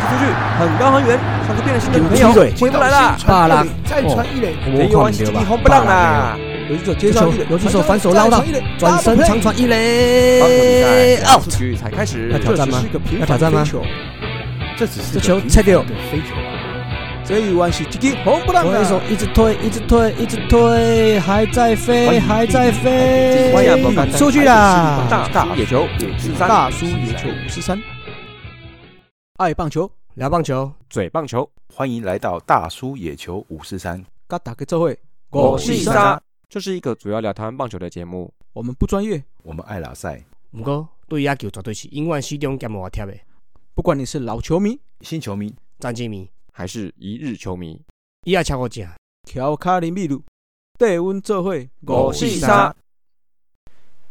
很高很远，上次变了心的朋丢友鸡腿回不来啦。巴拉再传一垒，没有关系，一红不让啦。游击手接接球球，，游击手反手捞到，转身长传棒球一比垒哎赛出 out。局才开始要，挑战吗这只是个平哦要挑凡战吗飞球？这只这是个球平切凡掉的飞球啊。这一弯是积极红不让我的一手一直推，一直推，一直推，还在哎飞，还在飞欢迎光，临出去啦！大大野球五四三，大叔野球五十三，爱棒球，聊棒球，嘴棒球，欢迎来到大叔野球五四三，嘎打个这会，我是是伊三莎，这是一个主要聊台湾棒球的节目。我们不专业，我们爱拉赛不哦过对野球绝对是永远始终兼无贴的。不管你是老球迷、新球迷，詹金明，还是一日球迷，伊也超过正。乔卡林秘鲁，对温这会，我是伊莎，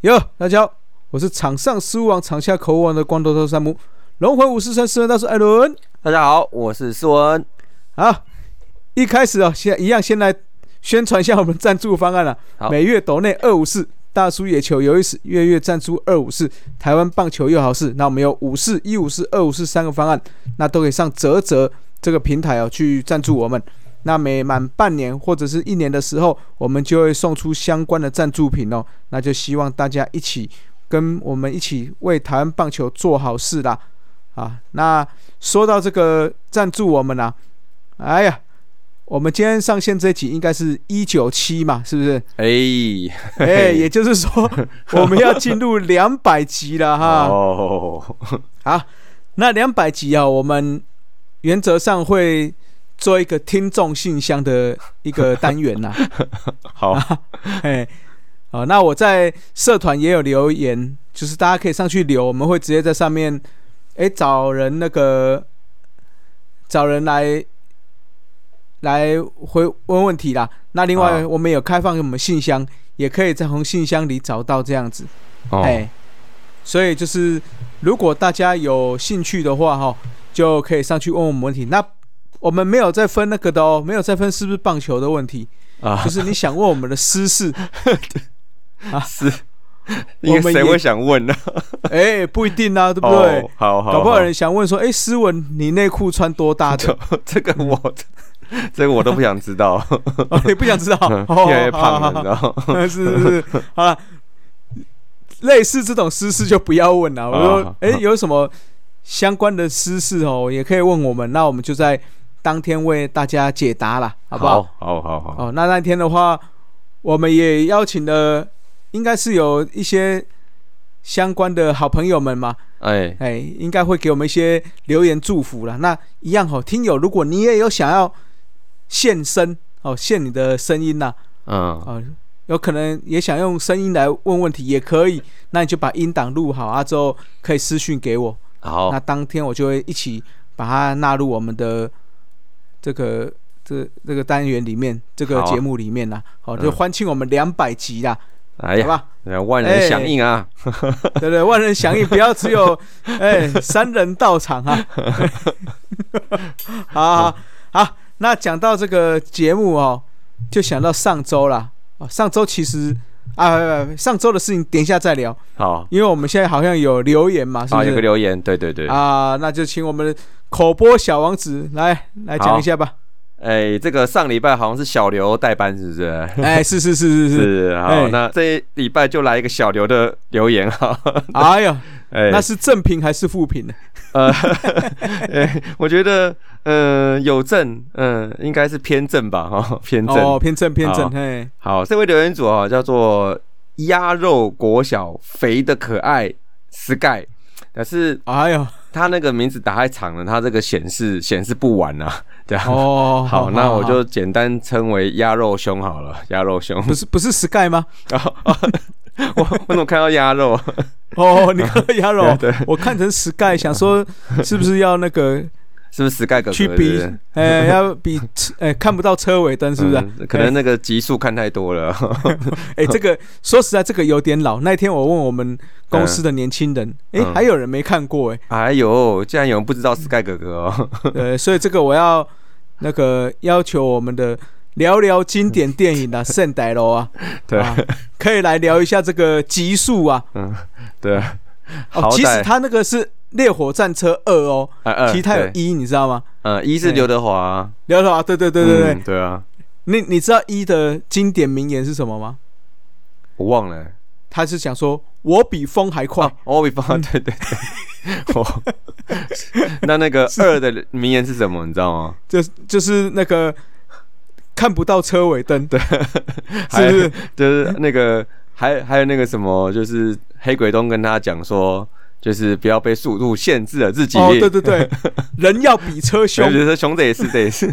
哟，大家好，我是场上失误王、场下口误王的光头头山姆，龙魂五十三四人大叔艾伦。大家好，我是思文。好，一开始啊，先一样先来宣传一下我们赞助方案了、好每月抖内二五四，大叔野球有意思，月月赞助二五四，台湾棒球又好事。那我们有五四、一五四、二五四三个方案，那都可以上泽泽这个平台哦去赞助我们。那每满半年或者是一年的时候，我们就会送出相关的赞助品哦。那就希望大家一起跟我们一起为台湾棒球做好事啦！啊，那说到这个赞助我们啦、哎呀，我们今天上线这一集应该是一九七嘛，是不是？哎、哎、也就是说我们要进入两百集了哈。哦，那两百集啊，我们原则上会做一个听众信箱的一个单元呐、好， 哎，好，那我在社团也有留言，就是大家可以上去留，我们会直接在上面，哎，找人那个，找人来来回问问题啦。那另外好我们有开放我们信箱，也可以在从信箱里找到这样子。哦哎、所以就是如果大家有兴趣的话，哈，就可以上去问我们问题。那我们没有再分那个的哦，没有再分是不是棒球的问题，啊就，是你想问我们的私事，是，因为谁会想问呢？ 哎、不一定啊，对不对？哦，好好，搞不好好有人想问说，哎、斯文，你内裤穿多大的？ 这个我，这个我都不想知道，哦，你 不想 知道嗯？哦，越来越胖了，好你知道吗？好好是 是是，好了，类似这种私事就不要问啊了。我说好，哎、有什么相关的私事哦，也可以问我们，那我们就在当天为大家解答啦，好不好？好好好，哦，那那天的话，我们也邀请了，应该是有一些相关的好朋友们嘛，哎，哎，应该会给我们一些留言祝福啦。那一样哦，听友，如果你也有想要现身哦，现你的声音呐、嗯，啊，有可能也想用声音来问问题，也可以。那你就把音档录好啊，之后可以私讯给我，好那，当天我就会一起把它纳入我们的这个这这个单元里面，这个好啊节目里面啦。好、就嗯欢庆我们两百集啦，哎好呀，吧？哎万人响应啊， 对对，万人响应，不要只 有哎三人到场啊！ 好好好，那讲到这个节目哦，就想到上周啦。哦，上周其实啊，不不不上周的事情等一下再聊，好因为我们现在好像有留言嘛，是不啊好，有个是？留言，对对对，啊，那就请我们的口播小王子来来讲一下吧。哎，这个上礼拜好像是小刘代班，是不是？哎，是是是是是，是，哎好，那这一礼拜就来一个小刘的留言 哈，哎呦，哎那是正品还是副品呢？呃，欸我觉得，呃，有正，嗯、应该是偏正吧，哈、偏正。哦，偏正偏正，好嘿，好，这位留言组啊、叫做鸭肉国小肥的可爱 Sky，但是哎呦，他那个名字打太长了，他这个显示显示不完啊，对啊。哦，好，那我就简单称为鸭肉兄好了，鸭肉兄。 哦不是不是 Sky 吗？我我怎么看到鸭肉？，哦，你看到鸭 肉 对，我看成 Sky，想说是不是要那 个是不是 Sky 哥哥？去是不比是，哎，要比哎看不到车尾灯，是不是？啊嗯可能那个集数看太多了。 哎，这个说实在，这个有点老。那天我问我们公司的年轻人，哎，嗯还有人没看过 哎，哎呦，竟然有人不知道 Sky 哥哥哦！呃，所以这个我要那个要求我们的聊聊经典电 影啊，圣代楼啊，对嗯啊，可以来聊一下这个集数啊。对，哦，好其实歹他那个是《烈火战车二》哦，哎二其实他有对一，你知道吗？哎呃，一是刘德华，啊刘德华，对对对对对，嗯对啊，你你知道一的经典名言是什么吗？我忘了，他是想说“我比风还快”，哦，我比嗯方，对对对，我 那那个二的名言是什么？你知道吗？就就是那个看不到车尾灯，哦对，是还不是？就是那个还还有那个什么，就是黑鬼东跟他讲说，就是不要被速度限制了自己。哦，对对 对，人要比车对，凶我，觉得熊这也是这 也是，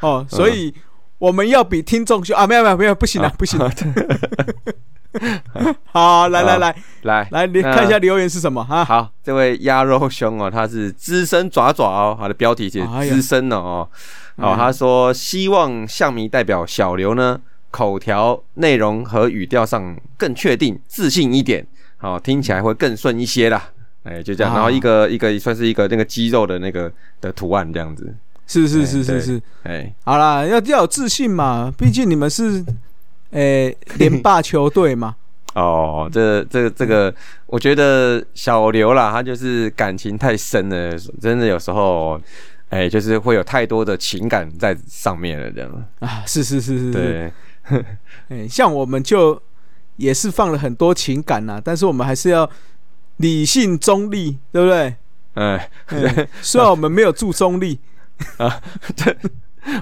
哦，嗯所以我们要比听众凶啊！没有没有没有，不行了、不 行了。啊 好，来来好来来来，你那看一下留言是什么哈？好，这位鸭肉兄哦，他是资深爪爪哦，他的标题写哎呀嗯资深哦哦，好、他说希望象迷代表小刘呢，口条、内容和语调上更确定、自信一点，好、听起来会更顺一些啦。哎，就这样，啊然后一个、一个算是一个那个肌肉的那个的图案这样子，是是哎是是对是，哎，好啦，要要有自信嘛，毕竟你们是诶、 联霸球队嘛。哦，这这这嗯个，我觉得小刘啦，他就是感情太深了，真的有时候，哎、就是会有太多的情感在上面了，这样。啊，是是是是是，对，哎、像我们就也是放了很多情感呐、但是我们还是要理性中立，对不对？哎、哎虽然我们没有注中立，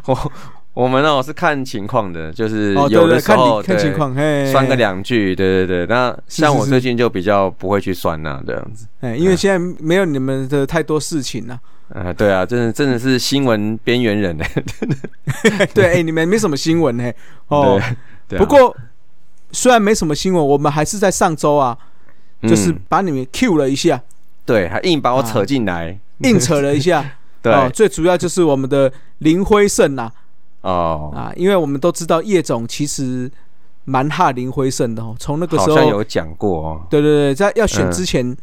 我我们哦是看情况的，就是哦，对有对，的时看候、你看情对况，嘿，酸个，两句，对对对。那是像是我是最近就比较不会去酸啦、这样子。哎，因为现在没有你们的太多事情 了、呃，对啊，真的真的是新闻边缘人呢。对，哎，你们没什么新闻嘿、哦， 对啊不过虽然没什么新闻，我们还是在上周啊，就是啊嗯把你们 Q 了一 下，对，还硬把我扯进来。硬扯了一下，对哦，最主要就是我们的林辉胜呐、哦，啊，因为我们都知道叶总其实蛮怕林辉胜的哦，从那个好时像候，有讲过哦。对对对，在要选嗯之前，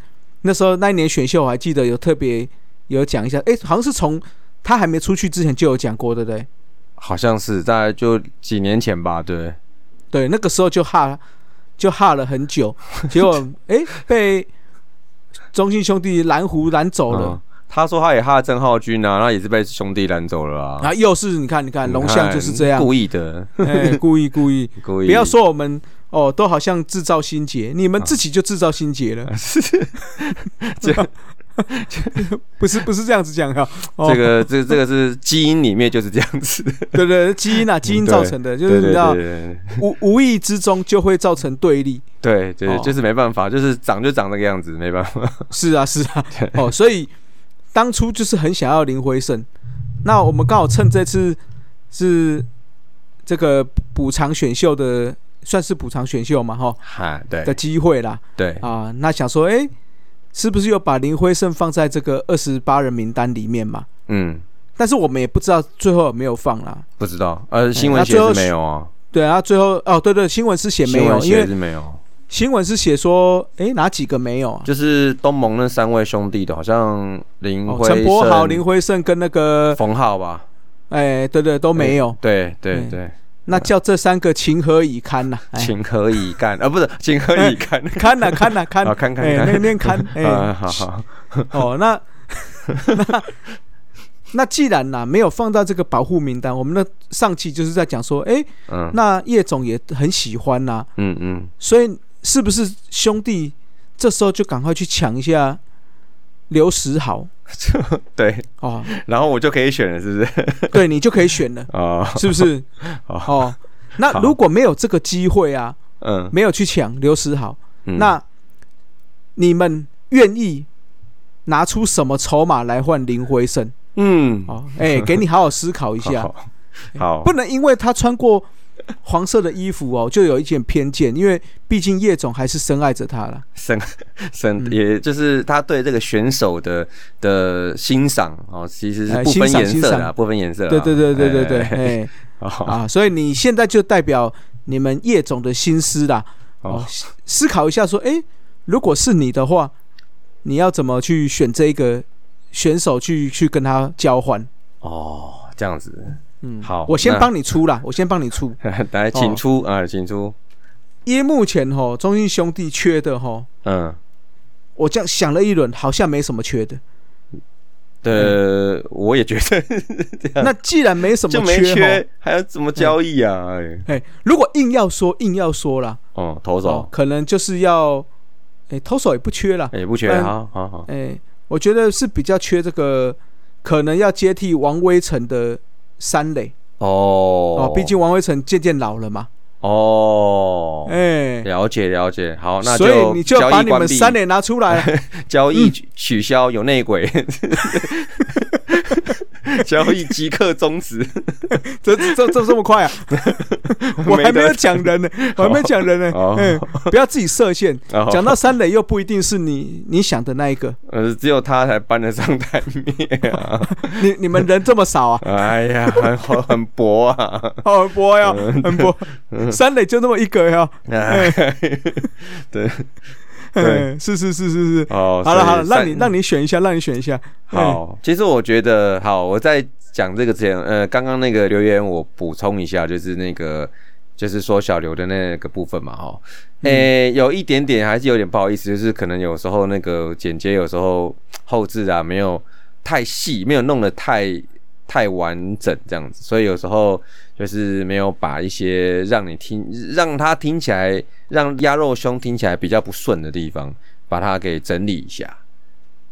那时候那一年选秀我还记得有特别有讲一下，诶，好像是从他还没出去之前就有讲过，对不对？好像是在就几年前吧，对，对，那个时候就哈就哈了很 久，结果诶被中信兄弟蓝湖拦走了，嗯他说他也哈郑浩君啊，那也是被兄弟拦走了啊然。后又是你看你看啊龙象就是这样，嗯故 意的，哎，故意故意，故意。不要说我们哦，都好像制造心结，你们自己就制造心结了。啊 这不是不是这样子讲的，哦这个这这个是基因里面就是这样子，对对，基因啊，基因造成的，就嗯对是对你对知道对无无意之中就会造成对立。对对，哦就是没办法，就是长就长那个样子，没办法。是啊是 啊，哦，所以当初就是很想要林辉胜，那我们刚好趁这次是这个补偿选秀的，算是补偿选秀嘛哈哈，对的机会啦 对啊，那想说诶，是不是有把林辉胜放在这个二十八人名单里面嘛？嗯，但是我们也不知道最后有没有放啦。不知道，呃，新闻那写最后是没有啊，对啊，最后哦，对对，新闻是写没新有，闻因为写是没有，新闻是写说，诶，哪几个没有啊？就是东盟那三位兄弟的，好像林哦辉、陈柏豪、胜林、辉胜跟那个，冯浩吧，哎，对对，都没有。对对嗯对，那叫这三个情何以堪呐、哎情何以堪啊？不是情何以堪堪呐、堪呐、 堪，啊堪堪哎堪那个念 堪，哎，啊！好好，哦，那 那那既然呐、没有放到这个保护名单，我们的上期就是在讲说，哎，嗯那叶总也很喜欢呐、嗯嗯，所以是不是兄弟这时候就赶快去抢一下刘石豪对， 哦，然后我就可以选了，是不是？对你就可以选了，哦，是不是？好，哦，那如果没有这个机会啊，嗯，没有去抢刘石豪，嗯那你们愿意拿出什么筹码来换林辉胜？嗯， 哦，哎、给你好好思考一好下，好好，不能因为他穿过黄色的衣服哦，就有一点偏见，因为毕竟叶总还是深爱着他了。深深，嗯也就是他对这个选手的的欣赏哦，其实是哎不欣分赏颜色欣的啊，赏不分颜色的啊。对对对对对对，哎，哎哎、哎好，啊，所以你现在就代表你们叶总的心思啦。哦哦，思思考一下，说，诶，如果是你的话，你要怎么去选这一个选手去去跟他交换？哦，这样子，嗯，好我先哦那帮你出啦，我先帮你哦出。 来，请出啊，请出，因为目前吼，中信兄弟缺的吼，嗯，我这样想了一轮，好像没什么缺的。呃，我也觉得那既然没哎什么嗯就没缺缺，还要怎么交易啊？哎哈，哎，如果硬要说硬要说啦，哦，投哦手，可能就是要，哎，投手也不缺啦，哎也不缺，嗯好好好，哎，我觉得是比较缺这个，可能要接替王威成的三垒哦哦，毕竟王威成渐渐老了嘛，哦，哎，了解了解，好，那所以你就交易把你关们闭三嗯垒拿出来，啊交易取取消，有内鬼， 交易即刻终止，这这这这么快 啊！ 我还没有得讲 人呢，我还没讲人呢。哦嗯，不要自己设限。哦讲到三垒又不一定是你你想的那一个，呃，只有他才搬得上台面啊！，你你们人这么少啊 哦哎呀，很很很薄啊！好波呀，嗯很波，嗯三垒就那么一个啊呀。哎 对，对嗯， 是是是是是。哦，好了好了，所以让你三让你选一下，让你选一下。好。其实我觉得，好，我在讲这个之前，呃，刚刚那个留言我补充一下，就是那个就是说小刘的那个部分嘛，哈，诶、有一点点还是有点不好意思，就是可能有时候那个剪接，有时候后置啊没有太细，没有弄得太太完整这样子，所以有时候就是没有把一些让你听让他听起来让鸭肉兄听起来比较不顺的地方，把它给整理一下。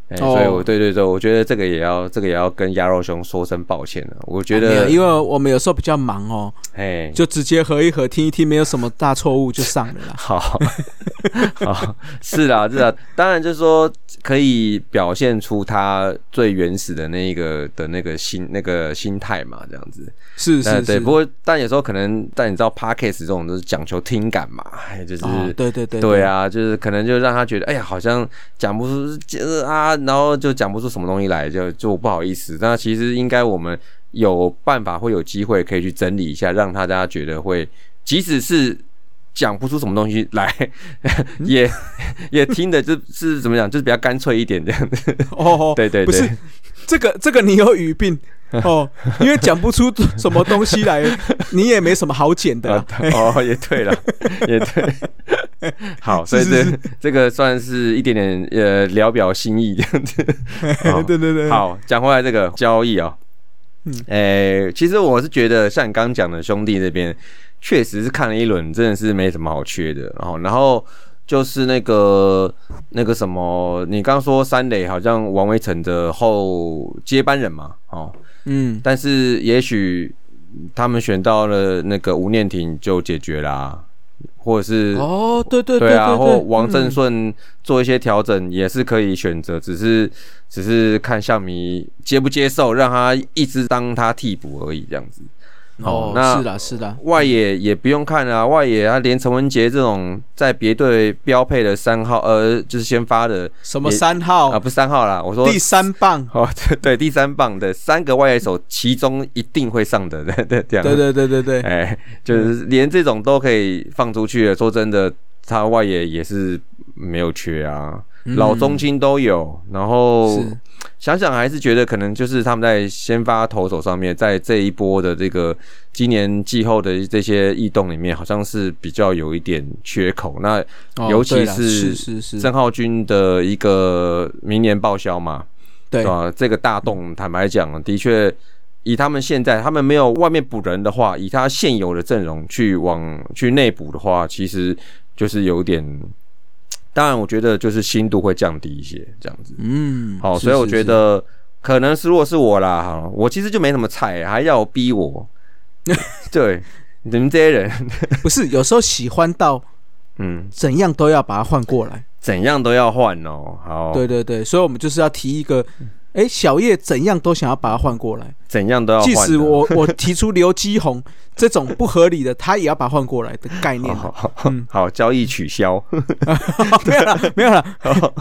哎、哦所以我对对对，我觉得这个也要这个也要跟鸭肉兄说声抱歉了。啊我觉啊没得，有哎因为我们有时候比较忙哦，哎，就直接合一合听一听，没有什么大错误就上了 啦。好，好，是啦，是啦，当然就是说可以表现出他最原始的那一个的那个心那个心态嘛，这样子。是呃是对，是。不过但有时候可能，但你知道 podcast 这种都是讲求听感嘛，哎就是。哦，对对对对，啊，就是可能就让他觉得，哎呀，好像讲不出就是啊，然后就讲不出什么东西来，就就不好意思。那其实应该我们有办法，会有机会可以去整理一下，让大家觉得会，即使是讲不出什么东西来，也嗯 也听的就是怎么讲，就是比较干脆一点这样子。哦哦，对对不是对，这个这个你有语病 哦，因为讲不出什么东西来，你也没什么好剪的啊啦。 哦，也对 了，也对。 好，所以是这是这个算是一点点呃聊表心意这 样子。啊好对对对，， 好，讲回来这个交易哦，嗯嗯，诶、其实我是觉得像你刚刚讲的兄弟这边，确实是看了一轮，真的是没什么好缺的。然后，然后就是那个那个什么，你刚刚说三垒好像王威成的后接班人嘛，哦，嗯，但是也许他们选到了那个吴念婷就解决啦、或者是哦，对对对对啊，对或王正嗯顺做一些调整也是可以选择，只是只是看象迷接不接受，让他一直当他替补而已，这样子。哦，那是啦是啦，外野也不用看啊，外野他连陈文杰这种在别队标配的三号，呃，就是先发的什么也三啊，号不是三号啦，我说哦第三棒，哦，对对，第三棒的三个外野手，其中一定会上的，对对这样。对对对对对， 哎，就是嗯连这种都可以放出去了。说真的，他外野也是没有缺啊，嗯老中青都有。然后是想想还是觉得可能就是他们在先发投手上面，在这一波的这个今年季后的这些异动里面，好像是比较有一点缺口。那哦尤其对啦是是是是郑，浩君的一个明年报销嘛，对吧、这个大洞，坦白讲，的确，以他们现在他们没有外面补人的话，以他现有的阵容去往去内补的话，其实就是有点。当然，我觉得就是心度会降低一些，这样子。嗯，好，是所以我是觉是得可能是如果是我啦，哈，我其实就没什么菜，还要逼我。 对，你们这些人，不是有时候喜欢到嗯，怎样都要把它换过来，怎样都要换哦。嗯好，对，对对，所以我们就是要提一个，哎，小叶怎样都想要把它换过来。怎样都要哦换即的。使我我提出刘基宏 这种不合理的，他也要把它换过来的概念啊。好好好好，交易取消。没有 啦，没有啦，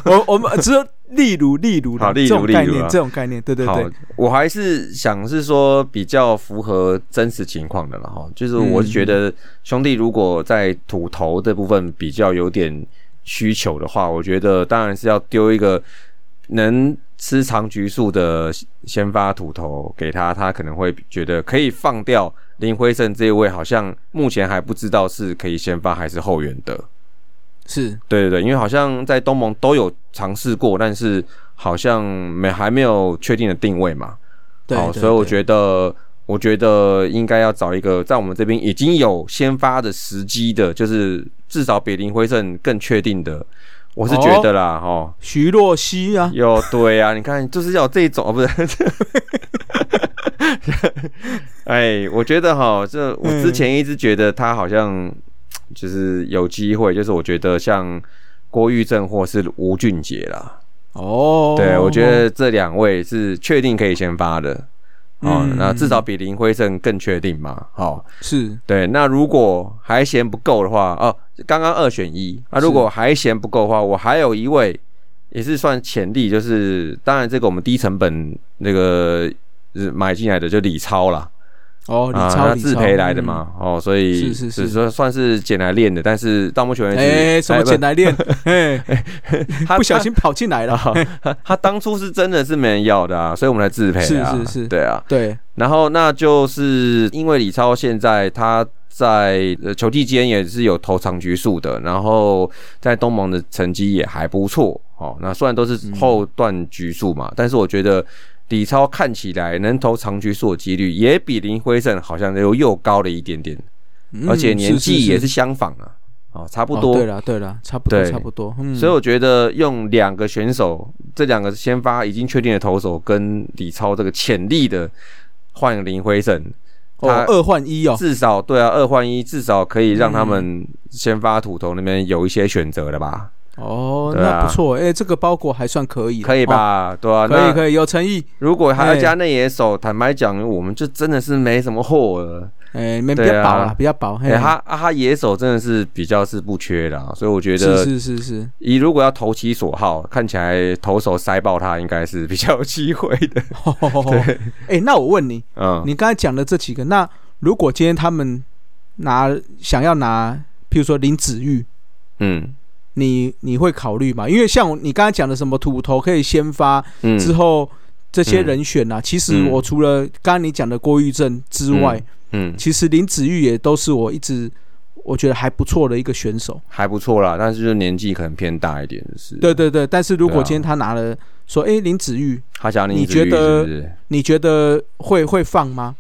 我我们只有例如例如哦好啦例如这种概例如念啊，这种概念，对对好对，，我还是想是说比较符合真实情况的了哈，就是我觉嗯得兄弟如果在土头这部分比较有点需求的话，我觉得当然是要丢一个能吃长局数的先发土头给他，他可能会觉得可以放掉林辉胜这一位，好像目前还不知道是可以先发还是后援的。是对对对，因为好像在东盟都有尝试过，但是好像没还没有确定的定位嘛。对好，对所以我对觉得，我觉得应该要找一个在我们这边已经有先发的时机的，就是至少比林辉胜更确定的。我是觉得啦，哦，徐若曦 啊，有对啊，你看就是要有这种，哦不是？ 哎，我觉得哈，这我之前一直觉得他好像就是有机会，就是我觉得像郭玉正或是吴俊杰啦，哦，对，我觉得这两位是确定可以先发的。哦，嗯那至少比林辉胜更确定嘛。好、哦，是对，那如果还嫌不够的话，哦，刚刚二选一，那、如果还嫌不够的话，我还有一位也是算潜力，就是当然这个我们低成本那个呃买进来的就李超啦，哦，李啊，超他李自超培来的嘛，哦，所以是是是只说算是捡来练的，但是到目前为嗯？止，哎，什么不简来 练？哎，他不小心跑进来了。啊，他他当初是真的是没人要的啊，所以我们才自培啊，是是是对啊。对，然后那就是因为李超现在他在呃球季间也是有投长局数的，然后在东盟的成绩也还不错哦。那虽然都是后段局数嗯嘛，但是我觉得李超看起来能投长局数的几率也比林辉胜好像又又高了一点点，嗯而且年纪也是是相仿啊，哦，差不哦多。对了对了，差不多对差不多。嗯，所以我觉得用两个选手，这两个先发已经确定的投手跟李超这个潜力的换林辉胜，哦他二换一哦，嗯至少对啊二换一，至少可以让他们先发土头那边有一些选择了吧？哦，对啊那不错，哎，这个包裹还算可以，可以？吧？对啊，嗯哦可以以。可以，有诚意。如果还要哎加内野手，坦白讲，我们就真的是没什么货了。哎，没比对较啊薄啦，比较薄。哎、嘿，他啊他野手真的是比较是不缺的啊、所以我觉是得是是是，你如果要投其所好，看起来投手塞爆他应该是比较有机会的。 对哎，那我问你，嗯，你刚才讲的这几个，那如果今天他们拿想要拿，譬如说林子玉，嗯你你会考虑吗？因为像你刚才讲的什么土头可以先发嗯之后。这些人选啊，其实嗯我除了刚刚你讲的郭玉正之外，嗯其实林子玉也都是我一直我觉得还不错的一个选手。还不错啦，但是就是年纪可能偏大一点，是。对，对对，但是如对果啊今天他拿了说，哎、林子玉，他想你你子觉玉得是不是？你觉得会会放吗？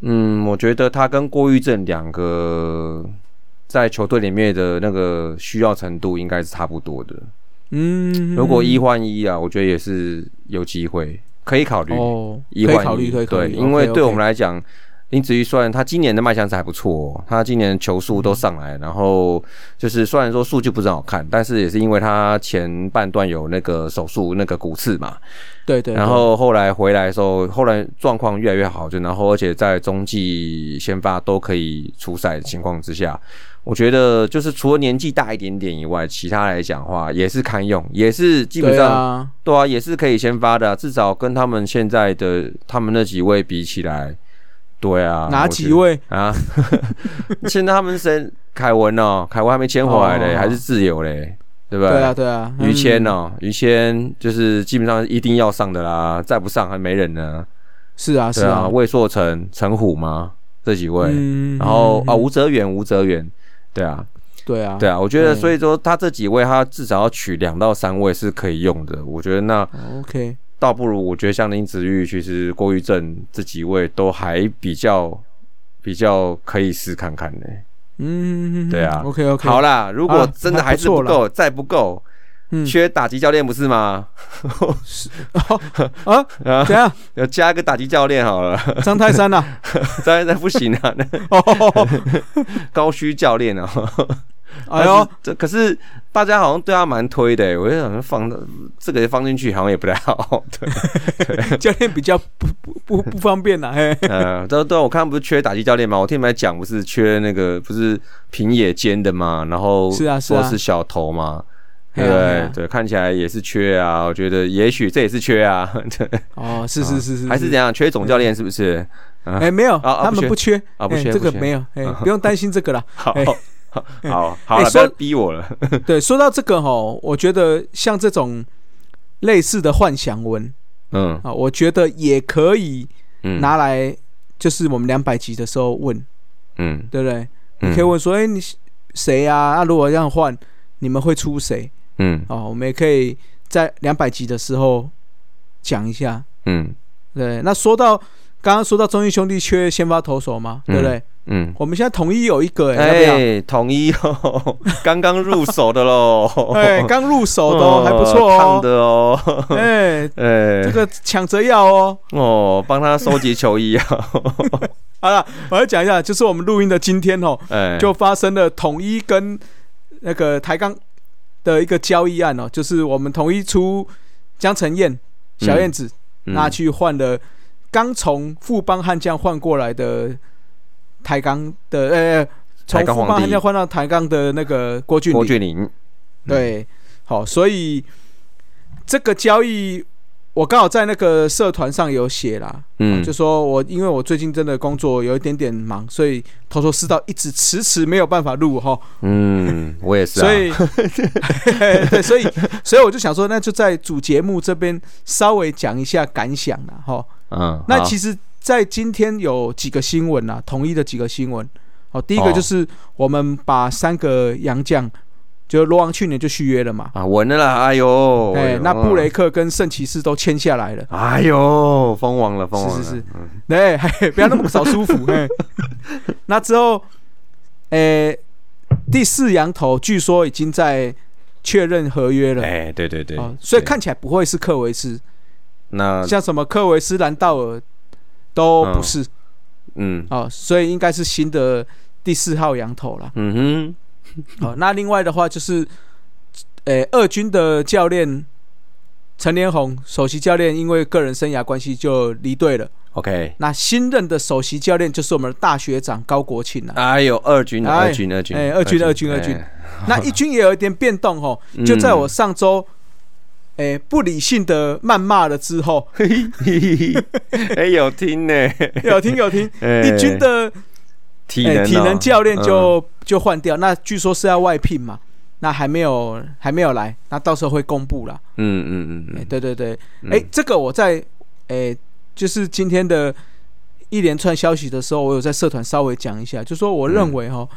嗯，我觉得他跟郭玉正两个在球队里面的那个需要程度应该是差不多的。嗯，如果一换一啊，我觉得也是有机会，可以考虑。哦，可一以换考虑，一可以考虑对，，因为 OK，OK 对我们来讲，林子玉虽然他今年的卖相是还不错、哦，他今年球速都上来，然后就是虽然说数据不是很好看，但是也是因为他前半段有那个手术那个骨刺嘛，对对，对然后后来回来的时候，后来状况越来越好，就然后而且在中继先发都可以出赛的情况之下，我觉得就是除了年纪大一点点以外，其他来讲的话也是堪用，也是基本对上啊，对啊，也是可以先发的啊、至少跟他们现在的他们那几位比起来，对啊，哪我觉几得位？啊？ 现在他们谁？凯文哦，凯文还没签回来嘞，哦还是自由嘞，对不对啊，对啊，于谦呢？哦，于谦就是基本上一定要上的啦，再不上还没人呢。是啊，是对啊，魏硕成、陈虎嘛，这几位，嗯然后嗯啊，嗯吴哲远、吴哲远，对啊，对啊，对啊，我觉得对所以说他这几位，他至少要取两到三位是可以用的，我觉得那。 ，OK，倒不如我觉得像林子玉、其实郭玉正这几位都还比较比较可以试看看呢、嗯，对啊，OK OK，好，啦，如果啊真的还还不是不错啦够，再不够，嗯，缺打击教练不是吗？啊， 啊怎，样？要加一个打击教练好了， 张泰山呐？再再不行啊，那哦，高须教练啊。哎 呦，，这可是大家好像对他蛮推的、欸我就想说放这个放进去好像也不太好。 对，教练比较不不不不方便呐，嘿，呃，对对，我看不是缺打击教练吗？我听你们在讲不是缺那个不是平野间的嘛，然后是啊是啊说是小头嘛，嘿对啊不嘿对啊对，看起来也是缺啊，我觉得也许这也是缺啊， 对哦，是是是是，啊还是怎样？缺总教练是不是？哎，没有，啊啊他不们缺不缺啊不哎缺这不个缺啊没有，哎，不用担心这个啦。好哎。好好哎了，不说要逼我了。对，说到这个哈，我觉得像这种类似的幻想文嗯啊，我觉得也可以嗯，拿来，就是我们两百集的时候问，嗯，对不对？嗯你可以问说，哎、你是谁啊？啊，如果这样换，你们会出谁嗯哦？我们也可以在两百集的时候讲一下。嗯对，那说到刚刚说到中信兄弟缺先发投手嘛，对不对？嗯，我们现在统一有一个、欸，要不要？哎，统一哦，刚刚入手的喽， 哎、刚入手的、哦还不错呃哦烫哦。的哦，哎、哎，这个抢着要哦。哦，帮他收集球 衣啊，好 了，我要讲一下，就是我们录音的今天哦，哎，就发生了统一跟那个台钢的一个交易案哦，就是我们统一出江晨燕、小燕子，嗯那去换了刚从富邦悍将换过来的台钢的，呃，从台钢富皇帝邦悍将换到台钢的那个郭俊郭霖，俊霖，嗯对，好，所以这个交易我刚好在那个社团上有写啦，嗯哦就说我因为我最近真的工作有一点点忙，所以头头是道一直迟迟没有办法录哈，嗯，我也是啊，所 以对， 所以所以我就想说，那就在主节目这边稍微讲一下感想啦哈。嗯，那好其实，在今天有几个新闻啊，统一的几个新闻。好，第一个哦就是我们把三个洋将，就罗王去年就续约了嘛，啊稳了啦，哎呦，哎、呦嗯那布雷，克跟圣骑士都签下来了。哎呦，封王了，封王是了，是是，哎、嘿不要那么少舒 服。嘿，那之后，诶、第四羊头据说已经在确认合约了，哎，对对对哦，，所以对嗯看起来不会是克维斯，那像什么克维斯、兰道尔都不是、嗯哦，所以应该是新的第四号羊头了。嗯哦，那另外的话就是，诶、二军的教练陈连红首席教练因为个人生涯关系就离队了。哼，OK，那新任的首席教练就是我们的大学长高国庆了、啊哎呦，二军哎二军二军，哎二军二军二军哎那一军也有一点变动哦，嗯就在我上周，诶、不理性的谩骂了之 后，哎 有听呢，有听有听，哎一军的体诶能体哦能教练就、就换掉，那据说是要外聘嘛，那还没有还没有来，那到时候会公布啦。嗯嗯嗯诶嗯对对对，嗯，诶，这个我在诶、就是今天的一连串消息的时候，我有在社团稍微讲一下，就说我认为哈、哦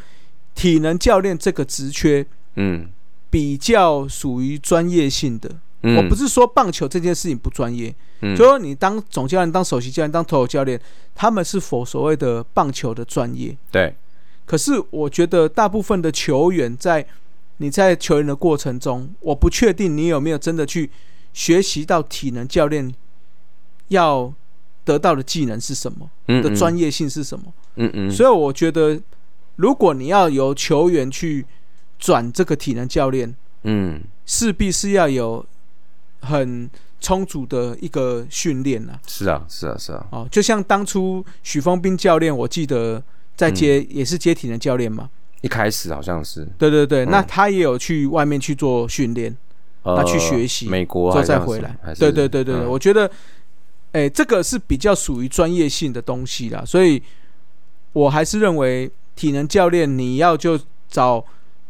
体能教练这个职缺嗯比较属于专业性的。嗯，我不是说棒球这件事情不专业，嗯就说你当总教练、当首席教练、当投手教练，他们是否所谓的棒球的专业？对，可是我觉得大部分的球员在你在球员的过程中，我不确定你有没有真的去学习到体能教练要得到的技能是什么，嗯的专业，业性是什么。嗯嗯，所以我觉得，如果你要由球员去转这个体能教练，嗯势必是要有很充足的一个训练啊。是啊是啊是啊，哦，就像当初许峰斌教练，我记得在接、也是接体能教练嘛，一开始好像是，对对对，嗯那他也有去外面去做训练，呃去学习美国之后还是再什么，回来还。是对对对对，对嗯我觉得，哎、这个是比较属于专业性的东西啦，所以我还是认为体能教练你要就找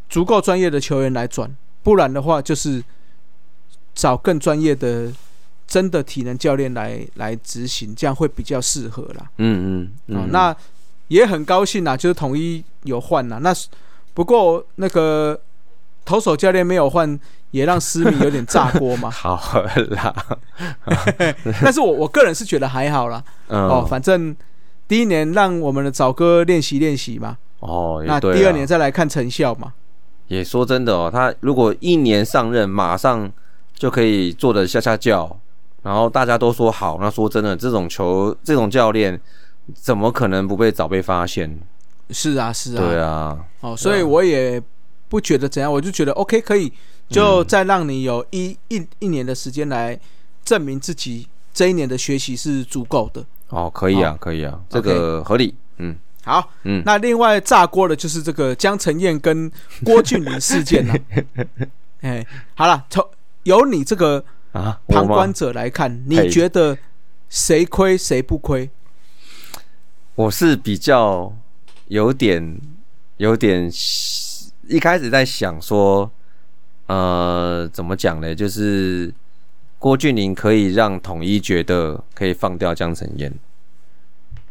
足够专业的球员来转，不然的话就是找更专业的。真的体能教练来来执行，这样会比较适合啦。嗯嗯哦，嗯，那也很高兴啦，就是统一有换啦。那不过那个投手教练没有换，也让思密有点炸锅嘛。 好啦， 但是我我个人是觉得还好啦。嗯哦，反正第一年让我们的早哥练习练习嘛，哦，也那对第二啦年再来看成效嘛。也说真的哦，他如果一年上任，马上就可以坐着下下教，然后大家都说好，那说真的，这种球这种教练怎么可能不被早被发现？是啊，是啊。对啊，哦，所以我也不觉得怎样，我就觉得 OK 可以，嗯就再让你有一、一一年的时间来证明自己这一年的学习是足够的。哦，可以啊，可以啊，这个合理。嗯，好，嗯那另外炸锅的就是这个江晨燕跟郭俊霖事件 了、哎、好了，从由你这个啊，我旁吗观，者来看，嘿你觉得谁亏谁不亏？我是比较有点有点一开始在想说，呃，怎么讲呢？就是郭俊霖可以让统一觉得可以放掉江晨燕，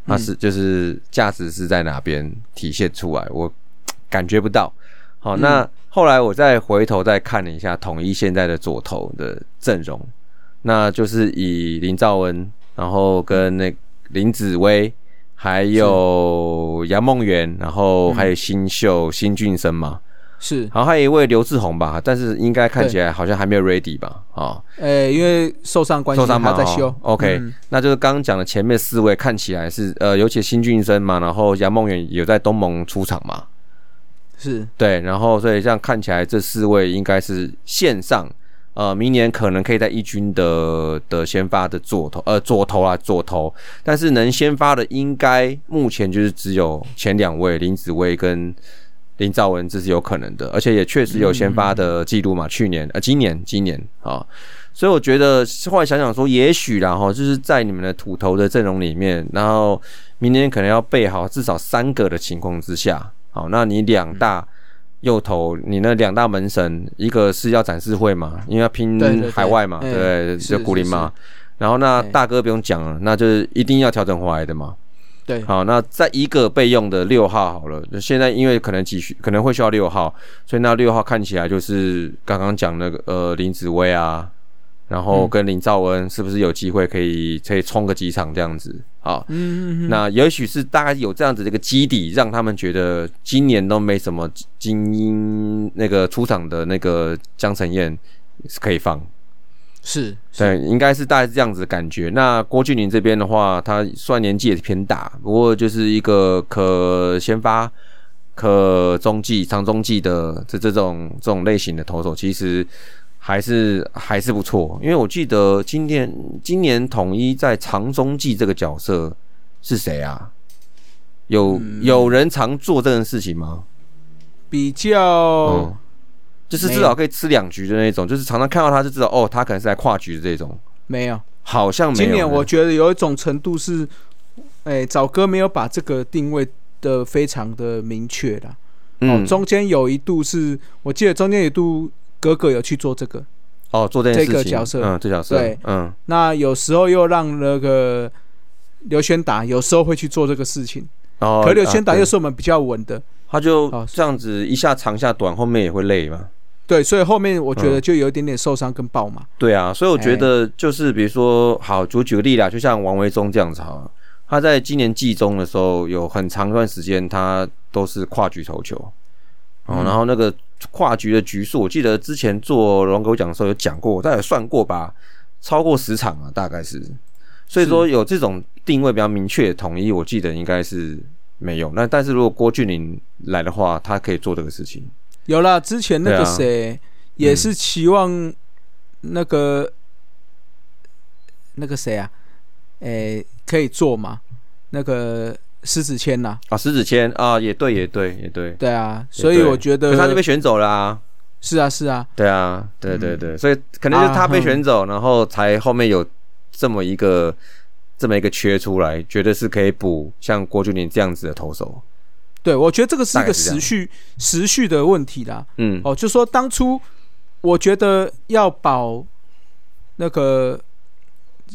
他是就是价值是在哪边体现出来，我感觉不到。好，嗯那后来我再回头再看了一下统一现在的左投的阵容，那就是以林兆恩，然后跟那林子薇，还有杨梦圆，然后还有新秀、新俊生嘛，嗯是，然后还有一位刘志宏吧，但是应该看起来好像还没有 ready 吧？啊、呃，因为受伤关系，受伤嘛他在休哦。，OK 嗯那就是刚刚讲的前面四位看起来是呃，尤其新俊生嘛，然后杨梦圆有在东盟出场嘛，是对，然后所以这样看起来，这四位应该是线上，呃，明年可能可以在一军的的先发的左投，呃，左投啊，左投，但是能先发的应该目前就是只有前两位林子薇跟林兆文，这是有可能的，而且也确实有先发的记录嘛，去年呃，今年今年啊。所以我觉得后来想想说，也许然后就是在你们的土头的阵容里面，然后明年可能要备好至少三个的情况之下，好，那你两大嗯右投，你那两大门神，一个是要展示会嘛，因为要拼对对对海外嘛，哎对不是对，就古林嘛。然后那哎大哥不用讲了，那就是一定要调整回来的嘛。对，好，那再一个备用的六号好了，就现在因为可能急需，可能会需要六号，所以那六号看起来就是刚刚讲那个呃林子薇啊，然后嗯跟林兆恩是不是有机会可以可以冲个几场这样子？好，嗯，嗯嗯那也许是大概有这样子的一个基底，让他们觉得今年都没什么精英那个出场的那个江晨燕是可以放。是是对，应该是大概是这样子的感觉。那郭俊霖这边的话，他虽然年纪也是偏大，不过就是一个可先发、可中继、长中继的这这种这种类型的投手，其实还是还是不错。因为我记得今年今年统一在长中继这个角色是谁啊？有、有人常做这件事情吗？比较哦，就是嗯至少可以吃两局的那种，就是常常看到他就知道哦，他可能是来跨局的这种。没有。好像没有呢。今年我觉得有一种程度是，哎，早哥没有把这个定位的非常的明确啦。哦，嗯中间有一度是我记得中间有一度格格有去做这个，哦做这件事情，这个角色嗯，这角色，对嗯，那有时候又让那个刘轩达有时候会去做这个事情，哦，可刘轩达啊又对是我们比较稳的，他就哦这样子一下长一下短，后面也会累嘛。对，所以后面我觉得嗯就有一点点受伤跟爆嘛，对啊，所以我觉得就是比如说，好，就举个例啦，就像王维忠这样子好了，他在今年季中的时候有很长一段时间他都是跨局投球，哦，然后那个跨局的局数，我记得之前做龙狗奖的时候有讲过，大概有算过吧，超过十场啊，大概是，所以说有这种定位比较明确统一，我记得应该是没有。那但是如果郭俊霖来的话，他可以做这个事情。有啦，之前那对个啊谁、也是期望那个、那个谁啊，诶、可以做嘛，那个狮子谦呐、啊，石子谦啊，也对，也对，也对。对啊，所以对我觉可得是他就被选走啦、啊，是啊是啊，对啊，对对对，所以可能就是他被选走，然后才后面有这么一个这么一个缺出来，绝对是可以补像郭俊霖这样子的投手。对我觉得这个是一大个概是时这样序时序的问题啦。嗯，哦，就说当初我觉得要保那个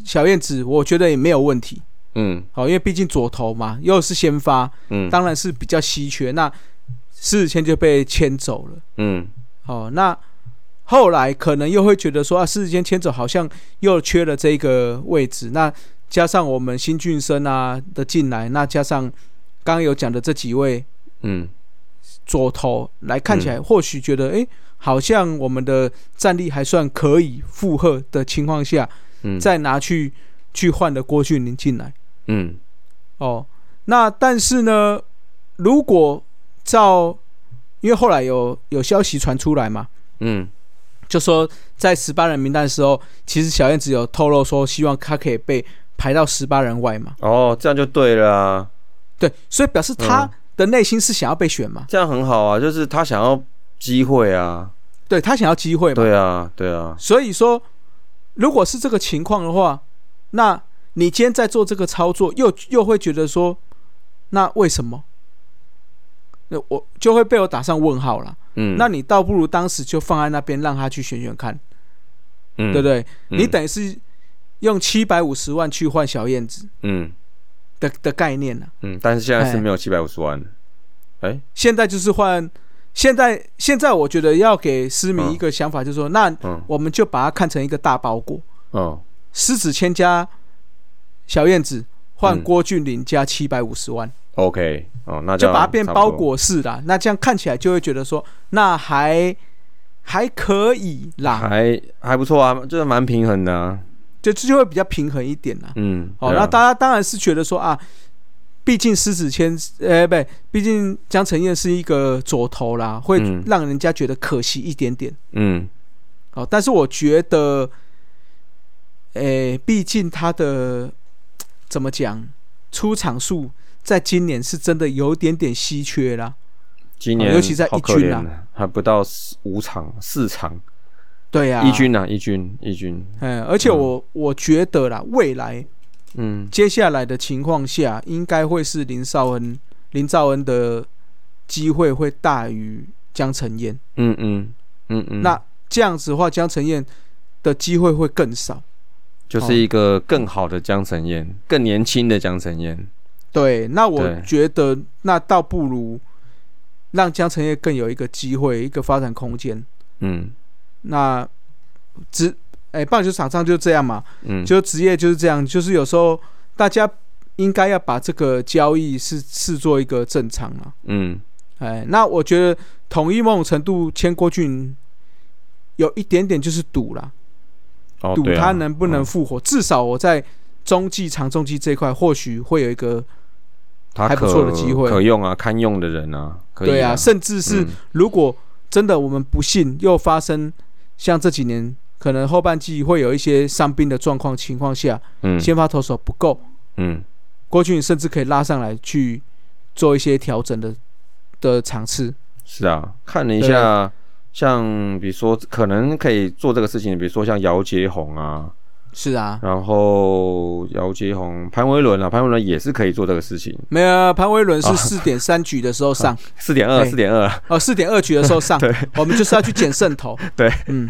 小燕子，我觉得也没有问题。嗯哦，因为毕竟左投嘛，又是先发，嗯，当然是比较稀缺。那四十千就被牵走了。嗯哦，那后来可能又会觉得说啊，四十千牵走好像又缺了这个位置。那加上我们新俊生啊的进来，那加上刚刚有讲的这几位嗯左投来看起来，或许觉得诶，好像我们的战力还算可以负荷的情况下，嗯，再拿去去换的郭俊霖进来。嗯哦，那但是呢，如果照，因为后来有有消息传出来嘛，嗯就说在十八人名单的时候，其实小燕子有透露说，希望他可以被排到十八人外嘛。哦，这样就对了啊，对，所以表示他的内心是想要被选嘛，这样很好啊，就是他想要机会啊，对他想要机会嘛。对啊对啊，所以说，如果是这个情况的话，那你今天在做这个操作，又又会觉得说，那为什么？那我就会被我打上问号了。嗯，那你倒不如当时就放在那边，让他去选选看，嗯对不对？嗯你等于是用七百五十万去换小燕子嗯的的概念呢、啊嗯，但是现在是没有七百五十万，哎，现在就是换现在现在我觉得要给思明一个想法，就是说，那嗯我们就把它看成一个大包裹，哦，狮子千加小燕子换嗯郭俊霖加七百五十万， OK，哦，那就这样把它变差不多包，裹式啦。那这样看起来就会觉得说，那还还可以啦，还还不错啊，就是蛮平衡的、啊。就就会比较平衡一点啦。嗯，哦，对啊那大家当然是觉得说啊，毕竟狮子谦，呃，不对，毕竟江承燕是一个左投啦，会嗯让人家觉得可惜一点点。嗯哦，但是我觉得，诶，毕竟他的怎么讲，出场数在今年是真的有点点稀缺啦。今年尤其在一好可军啊怜啊，还不到四五场四场，对呀、啊，一。军啊一军一军，嗯，而且我、我觉得啦，未来嗯接下来的情况下，应该会是林少恩林兆恩的机会会大于江承燕。嗯嗯嗯嗯，那这样子的话，江承燕的机会会更少。就是一个更好的江晨燕，更年轻的江晨燕。对，那我对觉得那倒不如让江承业更有一个机会，一个发展空间。嗯那职哎、棒球场上就这样嘛，嗯，就职业就是这样，就是有时候大家应该要把这个交易是视作一个正常啊。嗯哎，那我觉得统一某种程度签郭俊有一点点就是赌啦，哦赌对啊他能不能嗯复活。至少我在中继、长中继这一块，或许会有一个他还不可错的机会可用啊，堪用的人啊，可以对啊，甚至是嗯如果真的我们不幸又发生像这几年可能后半季会有一些伤病的状况情况下，嗯先发投手不够，嗯郭俊甚至可以拉上来去做一些调整的的场次。是啊，看了一对下，像比如说可能可以做这个事情，比如说像姚杰宏啊，是啊，然后姚杰宏、潘威伦啊，潘威伦也是可以做这个事情，没有潘威伦是啊四点三局的时 候上，四点二哎四点二， 哦，四点二局的时候上对，我们就是要去捡渗头。 对，嗯，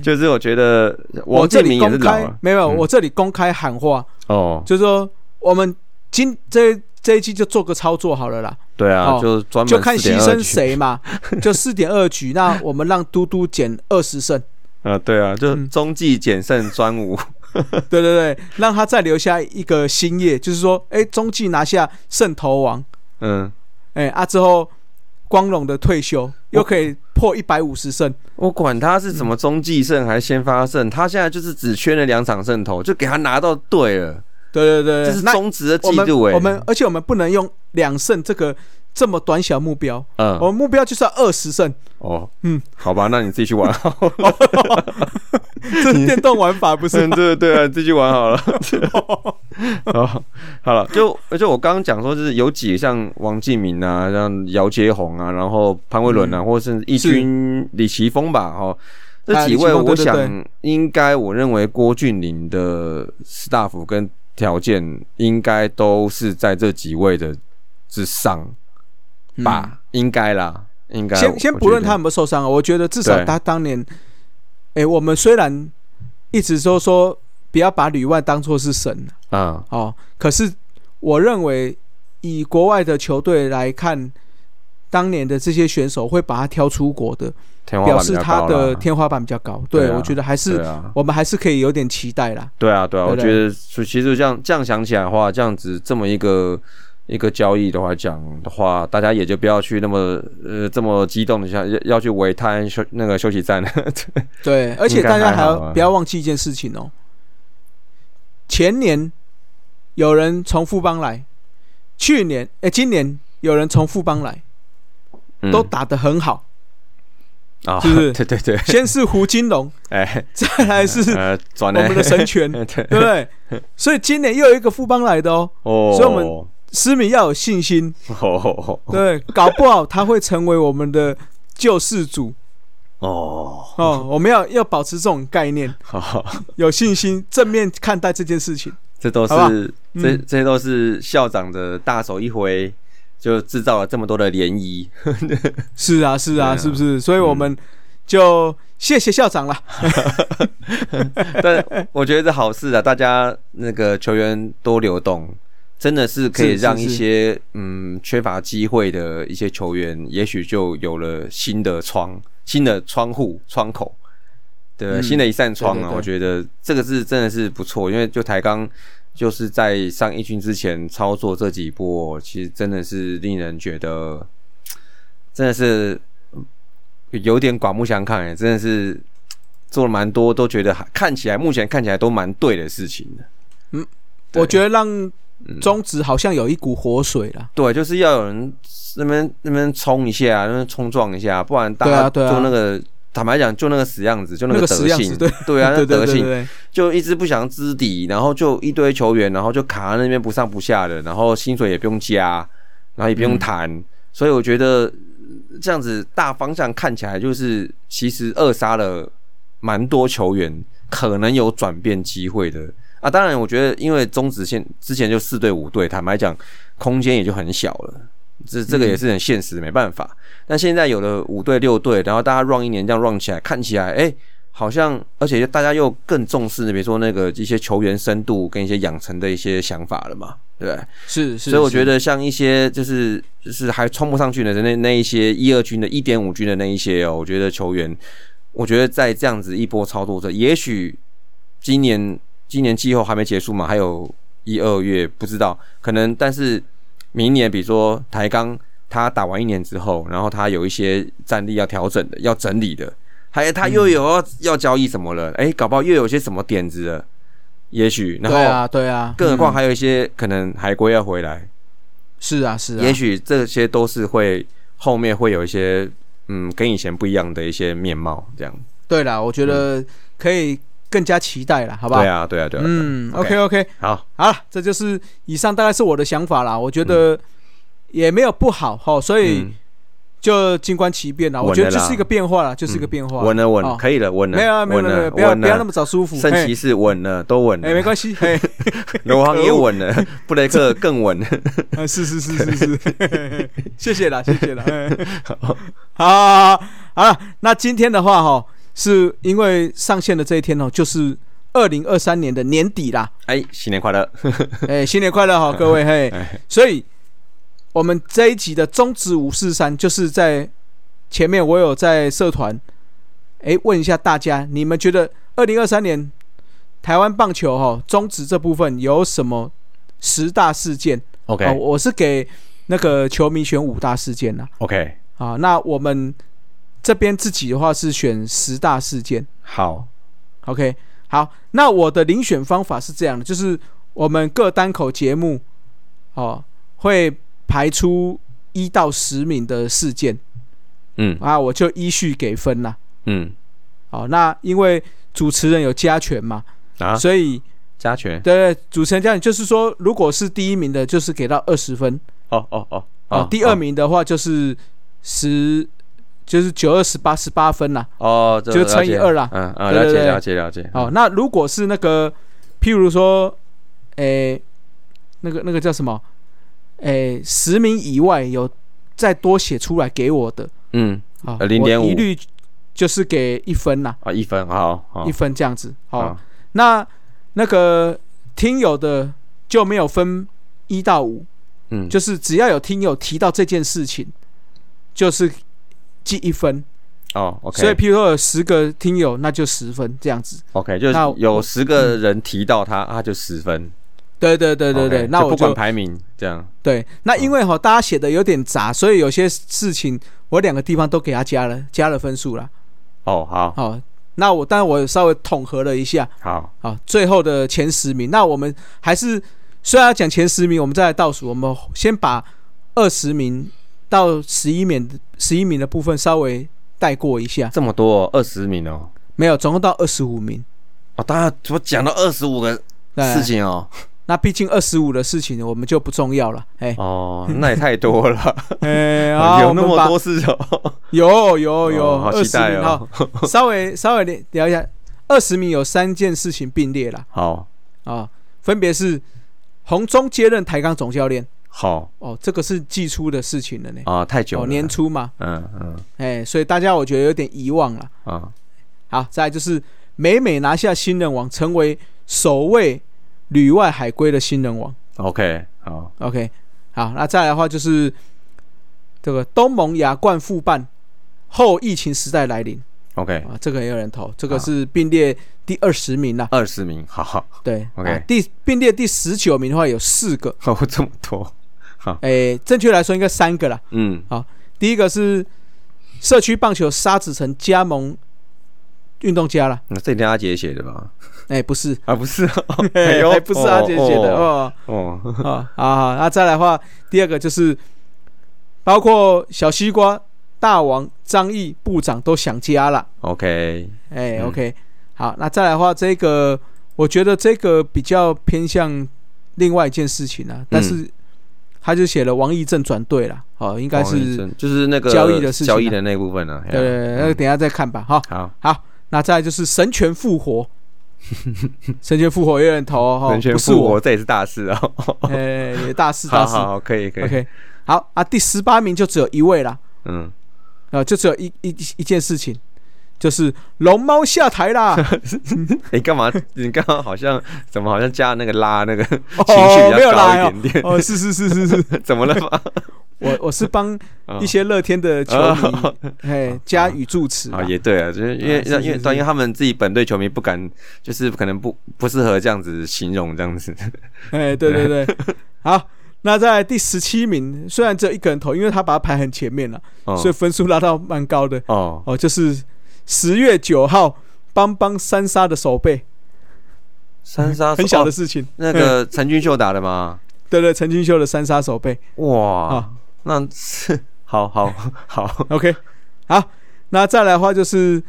就是我觉得我王这建里民也公是老开了没有，嗯我这里公开喊话，哦，就是说我们今这这一季就做个操作好了啦。对啊，哦就专门就看牺4.2牲去谁嘛，就四点二局， 那我们让嘟嘟减二十 胜，啊，对啊，就嗯中继简胜专武， 对对对，让他再留下一个新业，就是说，哎，中继拿下胜投王，嗯。哎啊之后，光荣的退休又可以破一百五十胜，我管他是什么中继胜还是先发胜，他现在就是只缺那两场胜投，就给他拿到对了，对对对，这对是那中职的我季们度哎。我们而且我们不能用两胜这个这么短小目标，我嗯们目标就是要二十胜，哦嗯嗯，好吧，那你自己去玩好了。这是电动玩法不 是嗯，吗？对对啊，你自己去 玩好了。好，好了，就就我刚刚讲说，就是有几个像王敬明啊，像姚杰宏啊，然后潘威伦啊，或者是一军李奇峰吧，哦。嗯啊这几李奇位，峰我对对想对应该，我认为郭俊霖的 staff 跟条件应该都是在这几位的之上吧，应该啦，应该。嗯先先我不论觉得他有没有受伤啊，我觉得至少对他当年，哎、我们虽然一直都说不要把吕万当做是神啊，哦，可是我认为以国外的球队来看，当年的这些选手会把他挑出国的，天花板表比示较他高的啦天花板比较高。对，对啊我觉得还是、对啊，我们还是可以有点期待啦。对啊，对啊，对不我觉对得就其实这样这样想起来的话，这样子这么一个一个交易的话讲的话，大家也就不要去那么呃这么激动的想要要去围摊休那个休息站了。 对，而且应该大家还还好啊要吧不要忘记一件事情哦，前年有人从富邦来，去年哎、今年有人从富邦来，嗯都打得很好。啊，是不是 对对对，先是胡金龙， 哎，再来是呃，我转们的了，神拳，对 对不对？所以今年又有一个富邦来的哦，哦，所以我们思敏要有信心，哦对，搞不好他会成为我们的救世主哦，哦。我们要要保持这种概念， 好，有信心，正面看待这件事情。这都好吧是这嗯这些都是校长的大手一挥，就制造了这么多的涟漪。是啊，是啊，对啊是不是？所以我们就谢谢校长了。 但我觉得是好事啊，大家那个球员多流动，真的是可以是是让一是些嗯缺乏机会的一些球员，也许就有了新的窗、新的窗户、窗口，对，嗯新的一扇窗对啊对！对我觉得这个是真的是不错，因为就台钢就是在上一军之前操作这几波，其实真的是令人觉得真的是嗯有点刮目相看欸，真的是做了蛮多，都觉得还看起来目前看起来都蛮对的事情的。对我觉得让嗯中职好像有一股活水了。对，就是要有人那边那边冲一下，那边冲撞一下，不然大对家啊对啊就那个。坦白讲，就那个死样子，就那个个德死样性，子对对啊，那对对德对性，对，就一直不想知底，然后就一堆球员，然后就卡在那边不上不下的，然后薪水也不用加，然后也不用谈，所以我觉得呃这样子大方向看起来就是其实扼杀了蛮多球员可能有转变机会的啊。当然，我觉得因为中职现之前就四队五队，坦白讲，空间也就很小了。这这个也是很现实，没办法。但现在有了五队六队，然后大家 run 一年这样 run 起来，看起来哎、好像，而且大家又更重视，比如说那个一些球员深度跟一些养成的一些想法了嘛，对不对？是是。所以我是觉得像一些就是就是还冲不上去的那那一些一二军的一点五军的那一些哦，我觉得球员，我觉得在这样子一波操作着，也许今年今年季后还没结束嘛，还有一二月不知道，可能但是明年比如说台钢他打完一年之后，然后他有一些战力要调整的，要整理的。还有他又有嗯要、要交易什么了？哎、搞不好又有些什么点子了，也许。然后，对啊对啊，更何况嗯还有一些可能海归要回来，是啊是啊，也许这些都是会后面会有一些嗯跟以前不一样的一些面貌，这样对啦，我觉得可以更加期待了，好不好？嗯对啊，对啊，对啊，对啊嗯，OK ，OK OK，好，好了，这就是以上大概是我的想法啦，我觉得也没有不好哈，所以嗯，就静观其变啦。稳了我觉得就是一个变化啦，就是一个嗯变化。稳了，稳了哦可以了，稳了，没有啊没有没稳有没有，了，不要稳不要那了，么早舒服。圣嘿骑士稳了，都稳哎，没了，关系，嘿，罗可航恶也稳了， 布雷克更稳了， 呃是是是是是，嘿嘿嘿谢谢啦，谢谢啦。嘿嘿好，好，好好了，那今天的话哈，是因为上线的这一天哦，就是二零二三年的年底啦，哎，新年快乐，哎，新年快乐哈，各位嘿哎！所以，我们这一集的中指五四三，就是在前面我有在社团，哎，问一下大家，你们觉得二零二三年台湾棒球哈、中指这部分有什么十大事件 OK 哦，我是给那个球迷选五大事件啦。 OK，啊，那我们这边自己的话是选十大事件。好， OK，好，那我的遴选方法是这样的，就是我们各单口节目哦会排出一到十名的事件嗯啊，我就依序给分啦。嗯哦，那因为主持人有加权嘛，啊，所以加权，对主持人加权就是说，如果是第一名的，就是给到二十分哦哦哦，啊、第二名的话就是十，就是九二十八十八分啦。哦，这就乘以了解二啦嗯嗯，对了对解对了解了解，哦，那如果是那个，譬如说，诶、那个那个叫什么？诶、十名以外有再多写出来给我的嗯啊，呃0.5我一律就是给一分啦，啊，一分，好好一，分这样子。好，好那那个听友的就没有分一到五，嗯，就是只要有听友提到这件事情，就是记一分。哦，OK，所以，譬如说有十个听友，那就十分这样子。 OK，就是那我有十个人提到他，啊他就十分。对对对对 OK，对就那我不就管排名这样。对，那因为哈、大家写的有点杂，所以有些事情我两个地方都给他加了加了分数啦。哦，好，好、那我当然我稍微统合了一下，好，好、最后的前十名，那我们还是虽然要讲前十名，我们再来倒数，我们先把二十名到十一名十一名的部分稍微带过一下，这么多二十名哦。没有，总共到二十五名。哦，大家我讲到二十五个对事，情哦。那毕竟二十五的事情我们就不重要了，哎、哦，那也太 多了，哎、啊， 有我那们么把多事哦。有有有，哦好二期十待名哦哈，好 稍微稍微聊一下，二十名有三件事情并列了 好，啊，分别是洪忠接任台钢总教练，好哦，这个是季初的事情了呢，啊，太久哦，了。年初嘛，嗯嗯哎，所以大家我觉得有点遗忘了。啊，好，再来就是每每拿下新人王，成为首位旅外海归的新人王。 OK，好， OK，好，那再来的话就是这个东盟亚冠复办后疫情时代来临 OK，啊，这个也有人投，这个好是并列第二十名啦。二十名，好 好，对 OK 啊第并列第十九名的话有四个，好这么多，诶，正确来说应该三个啦。嗯第一个是社区棒球沙子城加盟运动家啦，那嗯这一定阿杰写的吧？哎，不是，啊，不是哦， 哎 哎，呦还不是阿杰写的哦哦。哦，啊啊！那再来的话，第二个就是包括小西瓜大王张毅部长都想家了。 OK，哎、嗯 o k 好，那再来的话，这个我觉得这个比较偏向另外一件事情啊，但嗯是他就写了王义正转队了，哦，应该王医是生就是那个交易的事情啊交易的那部分呢。对对对，那个嘿啊等一下再看吧，哈。好，那再来就是神权复 活，神权复活也有人投哦，人权不是复我活，这也是大事哦。哎、也大事大好事好好，可以可以， ，OK，好啊，第十八名就只有一位啦。嗯，啊，就只有一一一件事情，就是龙猫下台 啦，你干嘛？你刚刚好像怎么好像加那个拉那个情绪哦比没有较高拉哦一点点？哦，是是是是是， 怎么了吗？我我是 帮哦一些乐天的 球哦 迷，哎，加语助词啦啊，也对啊，就是因为、啊是是因为是因为他们自己本队球迷不敢，就是可能不不适合这样子形容这样子。哎，对对 对，好。那在第十七名，虽然只有一个人投，因为他把它排很前面了，哦所以分数拉到蛮高的哦，哦。就是十月九号，邦邦三杀的手背，三杀很小的嗯哦事情。那个陈俊秀打的吗？对对，陈金秀的三杀手背，哇啊，那是好好好， OK，好，那再来的话就是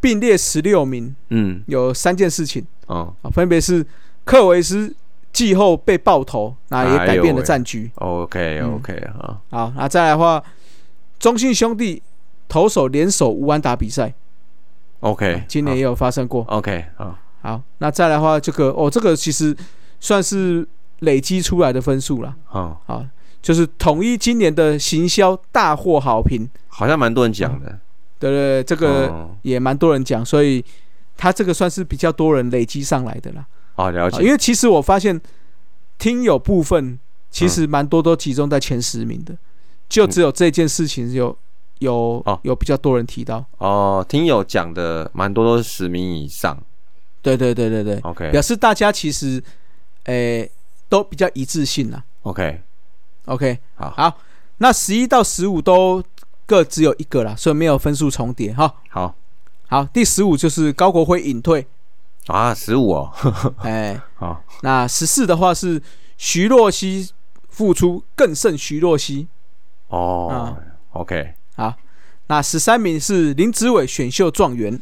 并列十六名，嗯，有三件事情哦啊，分别是克维斯季后被爆头，那也哎改变了战局。 ，OK 嗯 OK 好，好，那再来的话，中信兄弟投手联手无安打比赛， ，OK，今年也有发生过。好 OK 好，好，那再来的话，这个哦，这个其实算是累积出来的分数啦。好，好，就是统一今年的行销大获好评，好像蛮多人讲的，对对对，嗯这个。哦也蛮多人讲，所以他这个算是比较多人累积上来的啦。好哦了啊解，因为其实我发现听友部分其实蛮多都集中在前十名的，就只有这件事情有有、哦有比较多人提到。哦，听友讲的蛮多都是十名以上对对对对对， ，OK 表示大家其实诶、都比较一致性啦。 OK， OK，好好，那十一到十五都各只有一个啦，所以没有分数重叠哈。好好，第十五就是高国辉隐退，啊，十五哦， 哎、好那十四的话是徐若曦复出更胜徐若曦，啊哦，OK，那十三名是林子伟选秀状元。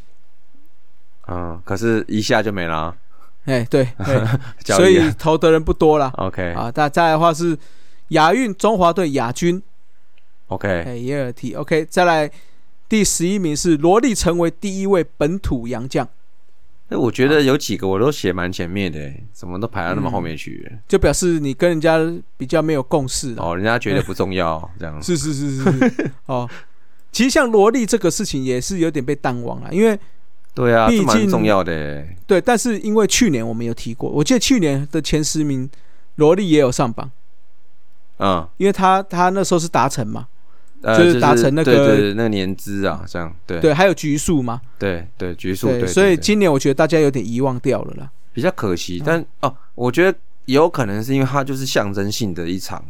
嗯，可是一下就没了啊，哎， 对，对交所易以啊投的人不多啦。 OK 啊，那再来的话是亚运中华队亚军， OK，哎，也有提 OK，再来第十一名是罗莉成为第一位本土洋将，那哎我觉得有几个我都写蛮前面的欸，怎么都排到那么后面去？就表示你跟人家比较没有共识了。哦，人家觉得不重要，这样 是是是是是，哦。其实像罗莉这个事情也是有点被淡忘了，因为对啊，毕这蛮竟重要的欸。对，但是因为去年我们有提过，我记得去年的前十名，罗莉也有上榜，嗯，因为他他那时候是达成嘛，呃就是达成那个对对对那个年资啊，这样对对，还有局数嘛，对对局数对，对，所以对对今年嗯我觉得大家有点遗忘掉了啦。比较可惜，但哦，我觉得有可能是因为它就是象征性的一场，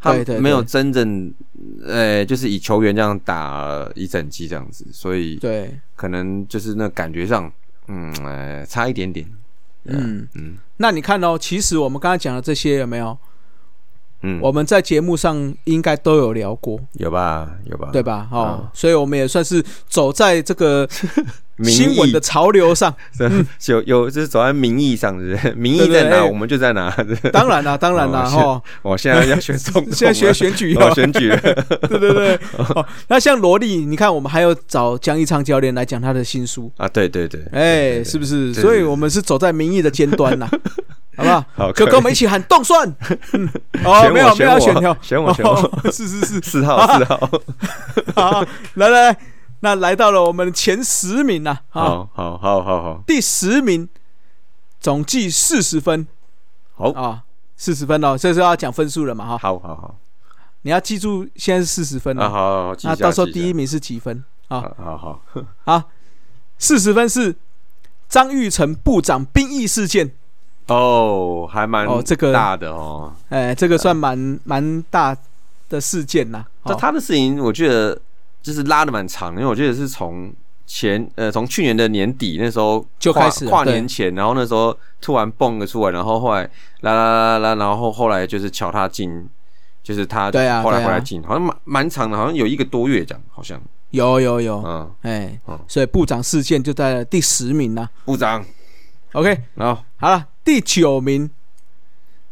它对对对没有真正，呃，就是以球员这样打一整季这样子，所以对，可能就是那感觉上，嗯，呃，差一点点。嗯嗯那你看哦，其实我们刚才讲的这些有没有？嗯，啊我们在节目上应该都有聊过，有吧有吧，对吧？哦，嗯所以我们也算是走在这个民意新闻的潮流上。有 有就是走在民意上，是不是？民意对对在哪，哎我们就在哪。当然啦，当然啦，哦哈，我现在要选总统了，现在学选举哦要选举了， 对对对。哦，那像罗莉，你看我们还有找江一昌教练来讲他的新书，啊，对对对，哎、对对是不是？对所以对我们是走在民意的尖端 呐、好不好？好，就可以跟我们一起喊动算。 嗯，哦，选没我有没选有要我 选票，选我选 我哦是是是，四号四号，好，来来来，那来到了我们前十名呐、啊，好好好好好第十名，总计四十分好啊，四十分哦，这是要讲分数了嘛哈。好好好，你要记住，现在是四十分啊好了，好，好记一嗯那下到时候记一下第一名啊是几分？好好好，好，四十分是张玉成部长兵役事件，哦，还蛮哦这个大的哦。哎，这个算蛮蛮大的事件呐。那哦他的事情，我觉得就是拉的蛮长，因为我觉得是从前呃，从去年的年底那时候就跨开始了跨对年前，然后那时候突然蹦了出来，然后后来啦啦啦啦，然后后来就是瞧他进，就是他对啊后来对啊回来进，好像蛮蛮长的，好像有一个多月这样，好像有有有，嗯，哎哦，所以部长事件就在第十名呐。部长， OK，然后 好了，第九名，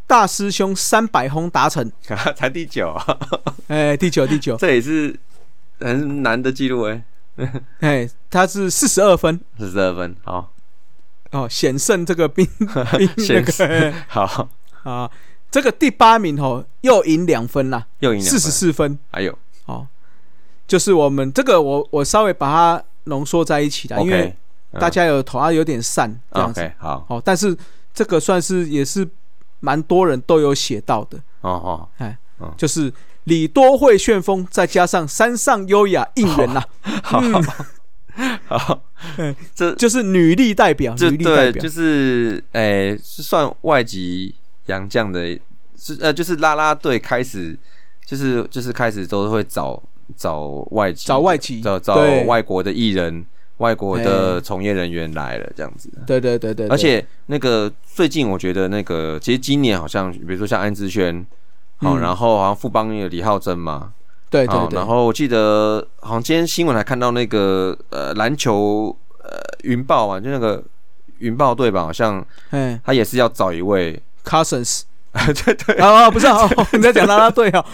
大师兄三百轰达成，才第九 啊，哎，第九第九，这也是很难的记录哎，哎，他是四十二分四十二分，好，哦，险胜这个兵兵 那险胜个哎好，啊，这个第八名哦，又赢两分啦，又赢两四分哎十，四分还有哦，就是我们这个我我稍微把它浓缩在一起了，啊因为 OK，嗯大家有头啊有点散这样子 OK 好，哦，但是这个算是也是蛮多人都有写到的，哦哦，就是李多惠旋风，再加上山上优雅应援哦啦、好好 好，这就是女力代表，这女力代对表就，是诶、是算外籍洋将的，是呃就是啦啦队开始就是就是开始都会找找外籍找外籍找找对外国的艺人、外国的哎从业人员来了这样子。对对对对，对而且那个最近我觉得那个其实今年好像比如说像安之轩，好、嗯然后好像富邦也有李浩珍哎嘛，对好对对，哦然后我记得好像今天新闻还看到那个呃篮球呃云豹嘛，就那个云豹队吧，好像嗯他也是要找 一位， ，Cousins 对对，啊，不是啊，哦你在讲啦啦队哦，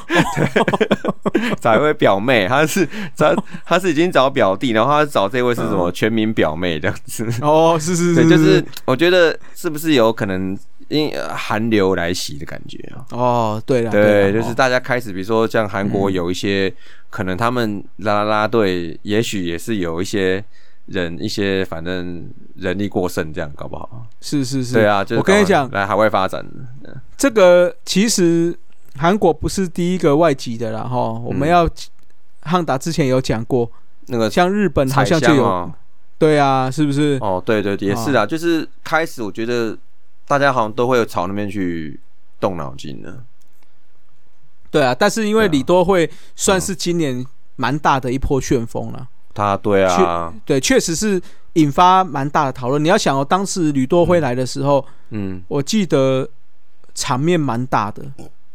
找一位表妹，他是他他是已经找表弟，然后他找这位是什嗯么全民表妹这样子。 哦，是是对，是，就是我觉得是不是有可能因呃寒流来袭的感觉啊？哦，嗯对了，啦对，就是大家开始，比如说像韩国有一些、可能他们啦啦啦队，也许也是有一些人一些反正人力过剩这样，搞不好。是是是，对啊，就是我跟你搞讲不好，来海外发展，这个其实韩国不是第一个外籍的啦，哈，我们嗯要汉达之前有讲过，那个像日本好彩像就香有，哦对啊，是不是？哦，对对，对也是啊，就是开始我觉得大家好像都会有朝那边去动脑筋的。对啊，但是因对为啊嗯李多惠算是今年蛮大的一波旋风了，他对啊，对，确实是引发蛮大的讨论。你要想哦，当时李多惠来的时候，嗯，我记得场面蛮大的，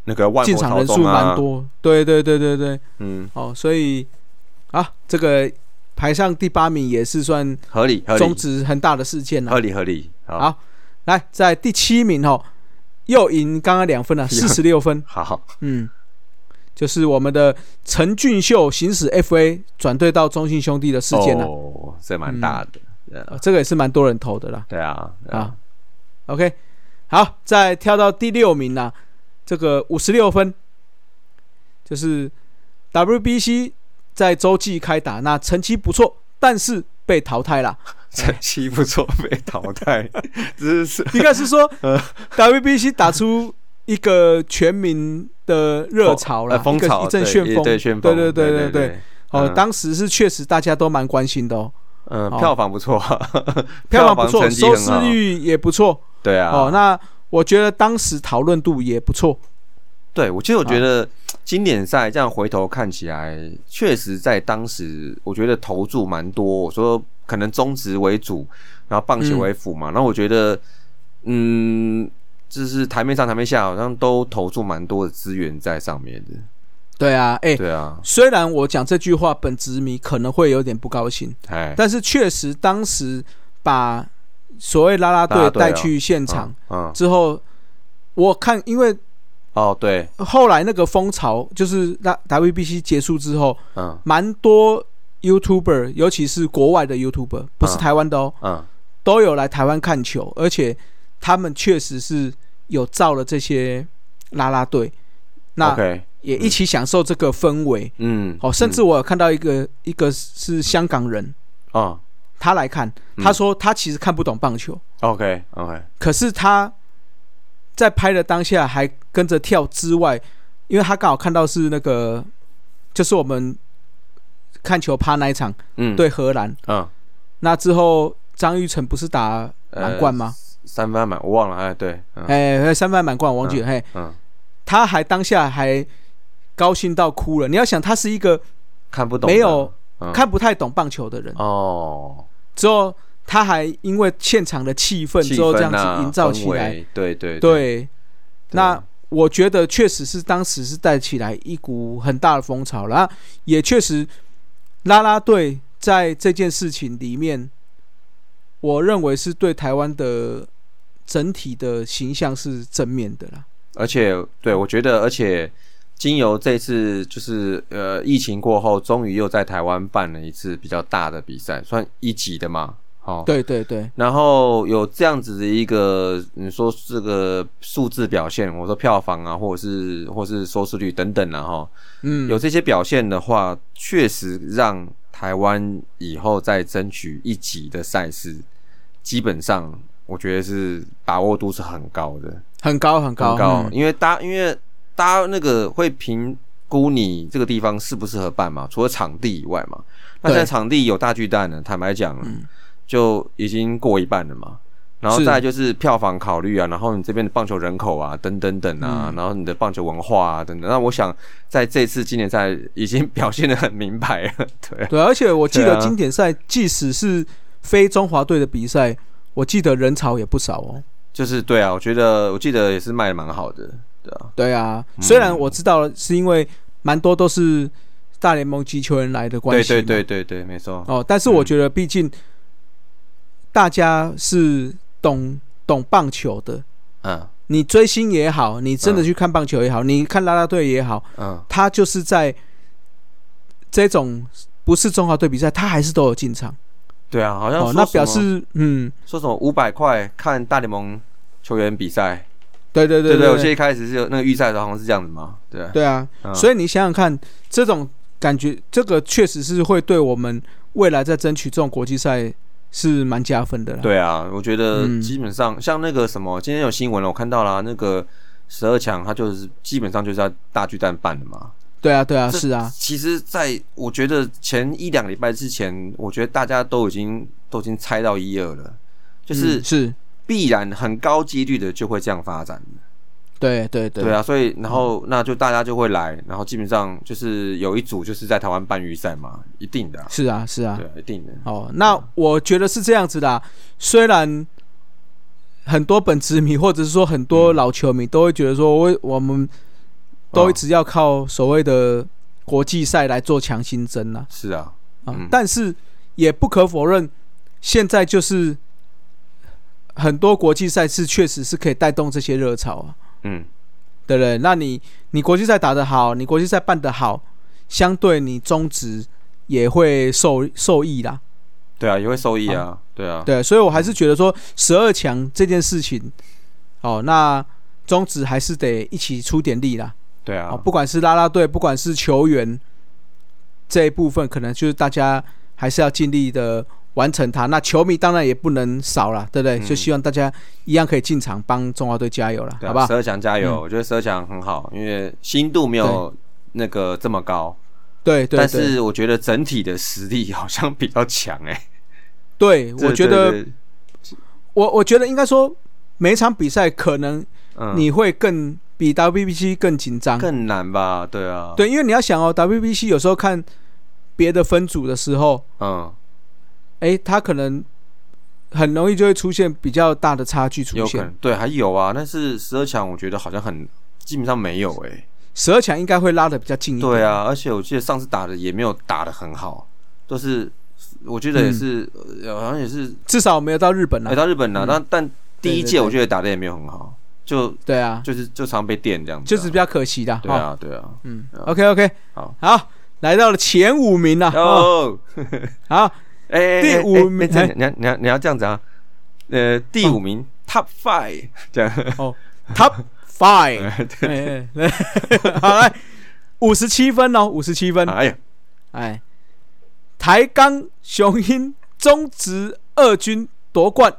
那个万进国场朝人数宗啊蛮，多，对对对对对，嗯，哦，所以啊，这个排上第八名也是算合理合中理职很大的事件了、合理合理，好好来，在第七名哦，又赢刚刚两分了，啊 四十六分，好嗯，就是我们的陈俊秀行使 FA 转队到中信兄弟的事件了、哦，这蛮大的，对啊呃这个也是蛮多人投的啦。对啊，对啊 啊，OK，好，再跳到第六名啦、这个五十六分，就是 WBC 在洲际开打，那成绩不错，但是被淘汰 了，成绩不错被淘 汰，只是应该是说 WBC 打出一个全民的热潮了呃，风一潮个一阵对旋一风，对旋风，对对对对，哦，嗯当时是确实大家都蛮关心的哦，嗯，哦票房 不错，票票房房不错，成绩收很视好率也不错，对啊，哦，那我觉得当时讨论度也不错，对，我其实我觉啊得经典赛这样回头看起来，确实在当时我觉得投注蛮多。我说可能中职为主，然后棒球为辅嘛。然后我觉得，嗯，就是台面上台面下好像都投注蛮多的资源在上面的。对啊，哎、对啊，虽然我讲这句话，本职迷可能会有点不高兴，哎，但是确实当时把所谓啦啦啦啦队队哦带去现场、嗯，嗯，之后，我看因为哦，对，后来那个风潮就是那 WBC 结束之后，嗯蛮多 YouTuber，尤其是国外的 YouTuber，不是嗯台湾的哦，嗯，都有来台湾看球，而且他们确实是有造了这些啦啦队，那 OK，也一起享受这个氛围。嗯，哦，甚至我有看到一个、一个是香港人，哦他来看，嗯他说他其实看不懂棒球， ，OK，OK，可是他在拍的当下还跟着跳之外，因为他刚好看到是那个，就是我们看球趴那一场嗯，对荷兰，嗯，那之后张玉成不是打满贯吗？三番满，我忘了，哎，对，嗯哎、三番满贯我忘记了，嘿，嗯，他还当下还高兴到哭了。你要想，他是一个看不懂的，没有嗯看不太懂棒球的人，哦，之后他还因为现场的气氛气之后这样氛啊子营造起来，氛，围对对对，那啊。我觉得确实是当时是带起来一股很大的风潮了，那也确实啦啦队在这件事情里面，我认为是对台湾的整体的形象是正面的啦。而且对我觉得，而且经由这次就是呃疫情过后，终于又在台湾办了一次比较大的比赛，算一级的嘛，哦好、对对对，然后有这样子的一个，你说这个数字表现，我说票房啊，或者是或是收视率等等啊，哈，嗯，有这些表现的话，确实让台湾以后再争取一级的赛事，基本上我觉得是把握度是很高的，很高很高很高，嗯因为大因为大家那个会评估你这个地方适不适合办嘛，除了场地以外嘛，那现在对嗯场地有大巨蛋了，坦白讲，就已经过一半了嘛。然后是再来就是票房考虑啊，然后你这边的棒球人口啊，等等等啊，嗯然后你的棒球文化啊，等等。那我想在这次今年赛已经表现的很明白了， 对啊，对，而且我记对得啊经典赛，即使是非中华队的比赛，我记得人潮也不少哦。就是对啊，我觉得我记得也是卖的蛮好的，对啊，对啊，虽然我知道了是因为蛮多都是大联盟击球员来的关对系，对嗯对。对对，没错，哦，但是我觉得毕竟大家是懂懂棒球的，嗯你追星也好，你真的去看棒球也好，你看啦啦队也好，嗯，他就是在这种不是中华队比赛，他还是都有进场。对啊，好像哦说，那什表么示嗯，说什么五百块看大联盟球员比赛，对对对对不对，我记得对一开始是有那个预赛的时候好像是这样子嘛，对啊，对啊，嗯所以你想想看，这种感觉，这个确实是会对我们未来在争取这种国际赛是蛮加分的啦。对啊，我觉得嗯基本上像那个什么，今天有新闻了，我看到啦，那个十二强他就是基本上就是要大巨蛋办的嘛。对啊，对啊，这是啊，其实，在我觉得前一两个礼拜之前，我觉得大家都已经都已经猜到一二了，就是嗯是，必然很高几率的就会这样发展。对对对嗯对，啊，所以然后那就大家就会来，然后基本上就是有一组就是在台湾办预赛嘛，一定的啊、是啊，是啊对。啊，一定的。哦，那我觉得是这样子的啊，虽然。很多本职迷，或者是说很嗯多老球迷，都会觉得说，我我们哦都一直要靠所谓的国际赛来做强心针呐、是啊，啊，嗯但是也不可否认，现在就是很多国际赛事确实是可以带动这些热潮啊，嗯，对不对？那你你国际赛打得好，你国际赛办得好，相对你中职也会受受益啦。对啊，也会受益啊，对啊，哦对，所以我还是觉得说十二强这件事情，哦，那中职还是得一起出点力啦。对啊，啊，不管是啦啦队，不管是球员这一部分，可能就是大家还是要尽力的完成它。那球迷当然也不能少了，对不对？嗯就希望大家一样可以进场帮中华队加油了，对好嗯不啊，好十？二强加油！我觉得十二强很好，因为心度没有那个这么高，对对但对，是我觉得整体的实力好像比较强哎。对我这觉对得，对我我觉得应该说每一场比赛可能嗯，你会更比 WBC 更紧张，更难吧？对啊，，对，因为你要想哦，WBC 有时候看别的分组的时候，嗯，诶，他可能很容易就会出现比较大的差距出有可现能。对，还有啊，但是十二强我觉得好像很基本上没有哎。十二强应该会拉的比较近一点。对，啊，而且我记得上次打的也没有打的很好，就是我觉得也嗯是，呃好像也是至少没有到日本来了。到日本了，啊嗯但但第一对对届我对觉得打的也没有很好，就对啊，就是就常被电这样子就啊，是比较可惜的。对哦，啊对啊，嗯，OK OK，好，好，来到了前五名了。哦，哦，好，哎，第哎五哎名哎哎这样你要你要你要这样子啊，呃，第五名 Top Five 这样，哦，Top Five，哎哎哎 好来，五十七分哦，五十七分，哎呀，哎，台钢雄鹰中职二军夺冠，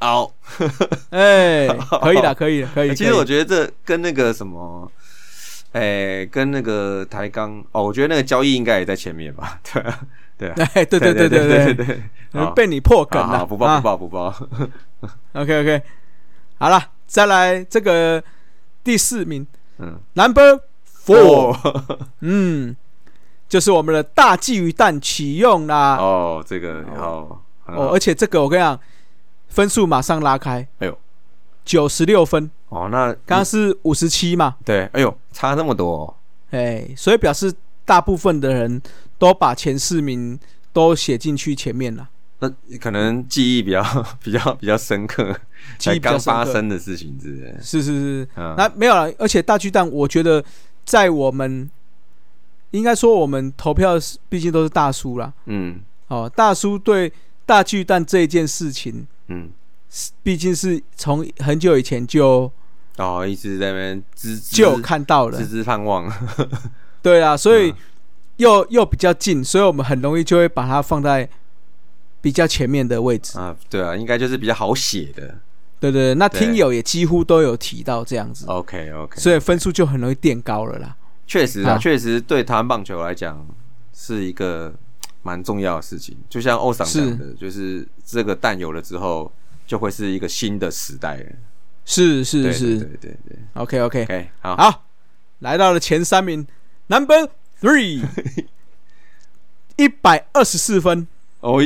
凹。 哎，可以了，可以了，可以。哎其实我可以觉得这跟那个什么，哎、跟那个台钢哦，我觉得那个交易应该也在前面吧？ 对啊，对啊，哎，对对对对对对对对，对，好被你破梗啊好了，好不报不报不报， OK OK，好了，再来这个第四名嗯， ，Number Four，、哦嗯，就是我们的大鲫鱼蛋启用啦。哦哦，这个哦，很好而且这个我跟你讲，分数马上拉开，哎呦，九十六分，哦，那刚刚是五十七嘛，对，哎呦，差那么多哦，哎、所以表示大部分的人都把前四名都写进去前面了，那可能记忆比较 比较比较深刻，记忆才比较刚深发刻。生的事情之类的，是是是，嗯，那没有了，而且大巨蛋，我觉得在我们应该说我们投票是毕竟都是大叔啦，嗯哦，大叔对大巨蛋这一件事情，嗯，是毕竟是从很久以前就哦，一直在那边孜孜就有看到了孜，孜盼望， 对啊，所以嗯又又比较近，所以我们很容易就会把它放在比较前面的位置。啊，对啊，应该就是比较好写的对对对，那对哦听友也几乎都有提到这样子， ，OK OK，所以分数就很容易垫高了啦。确实啊，啊确实对台湾棒球来讲是一个蛮重要的事情。就像欧桑讲的，就是这个蛋有了之后，就会是一个新的时代了。是是对是啊对对对 o k OK，对，OK，好，好，来到了前三名，Number Three，一百二十四分，哦，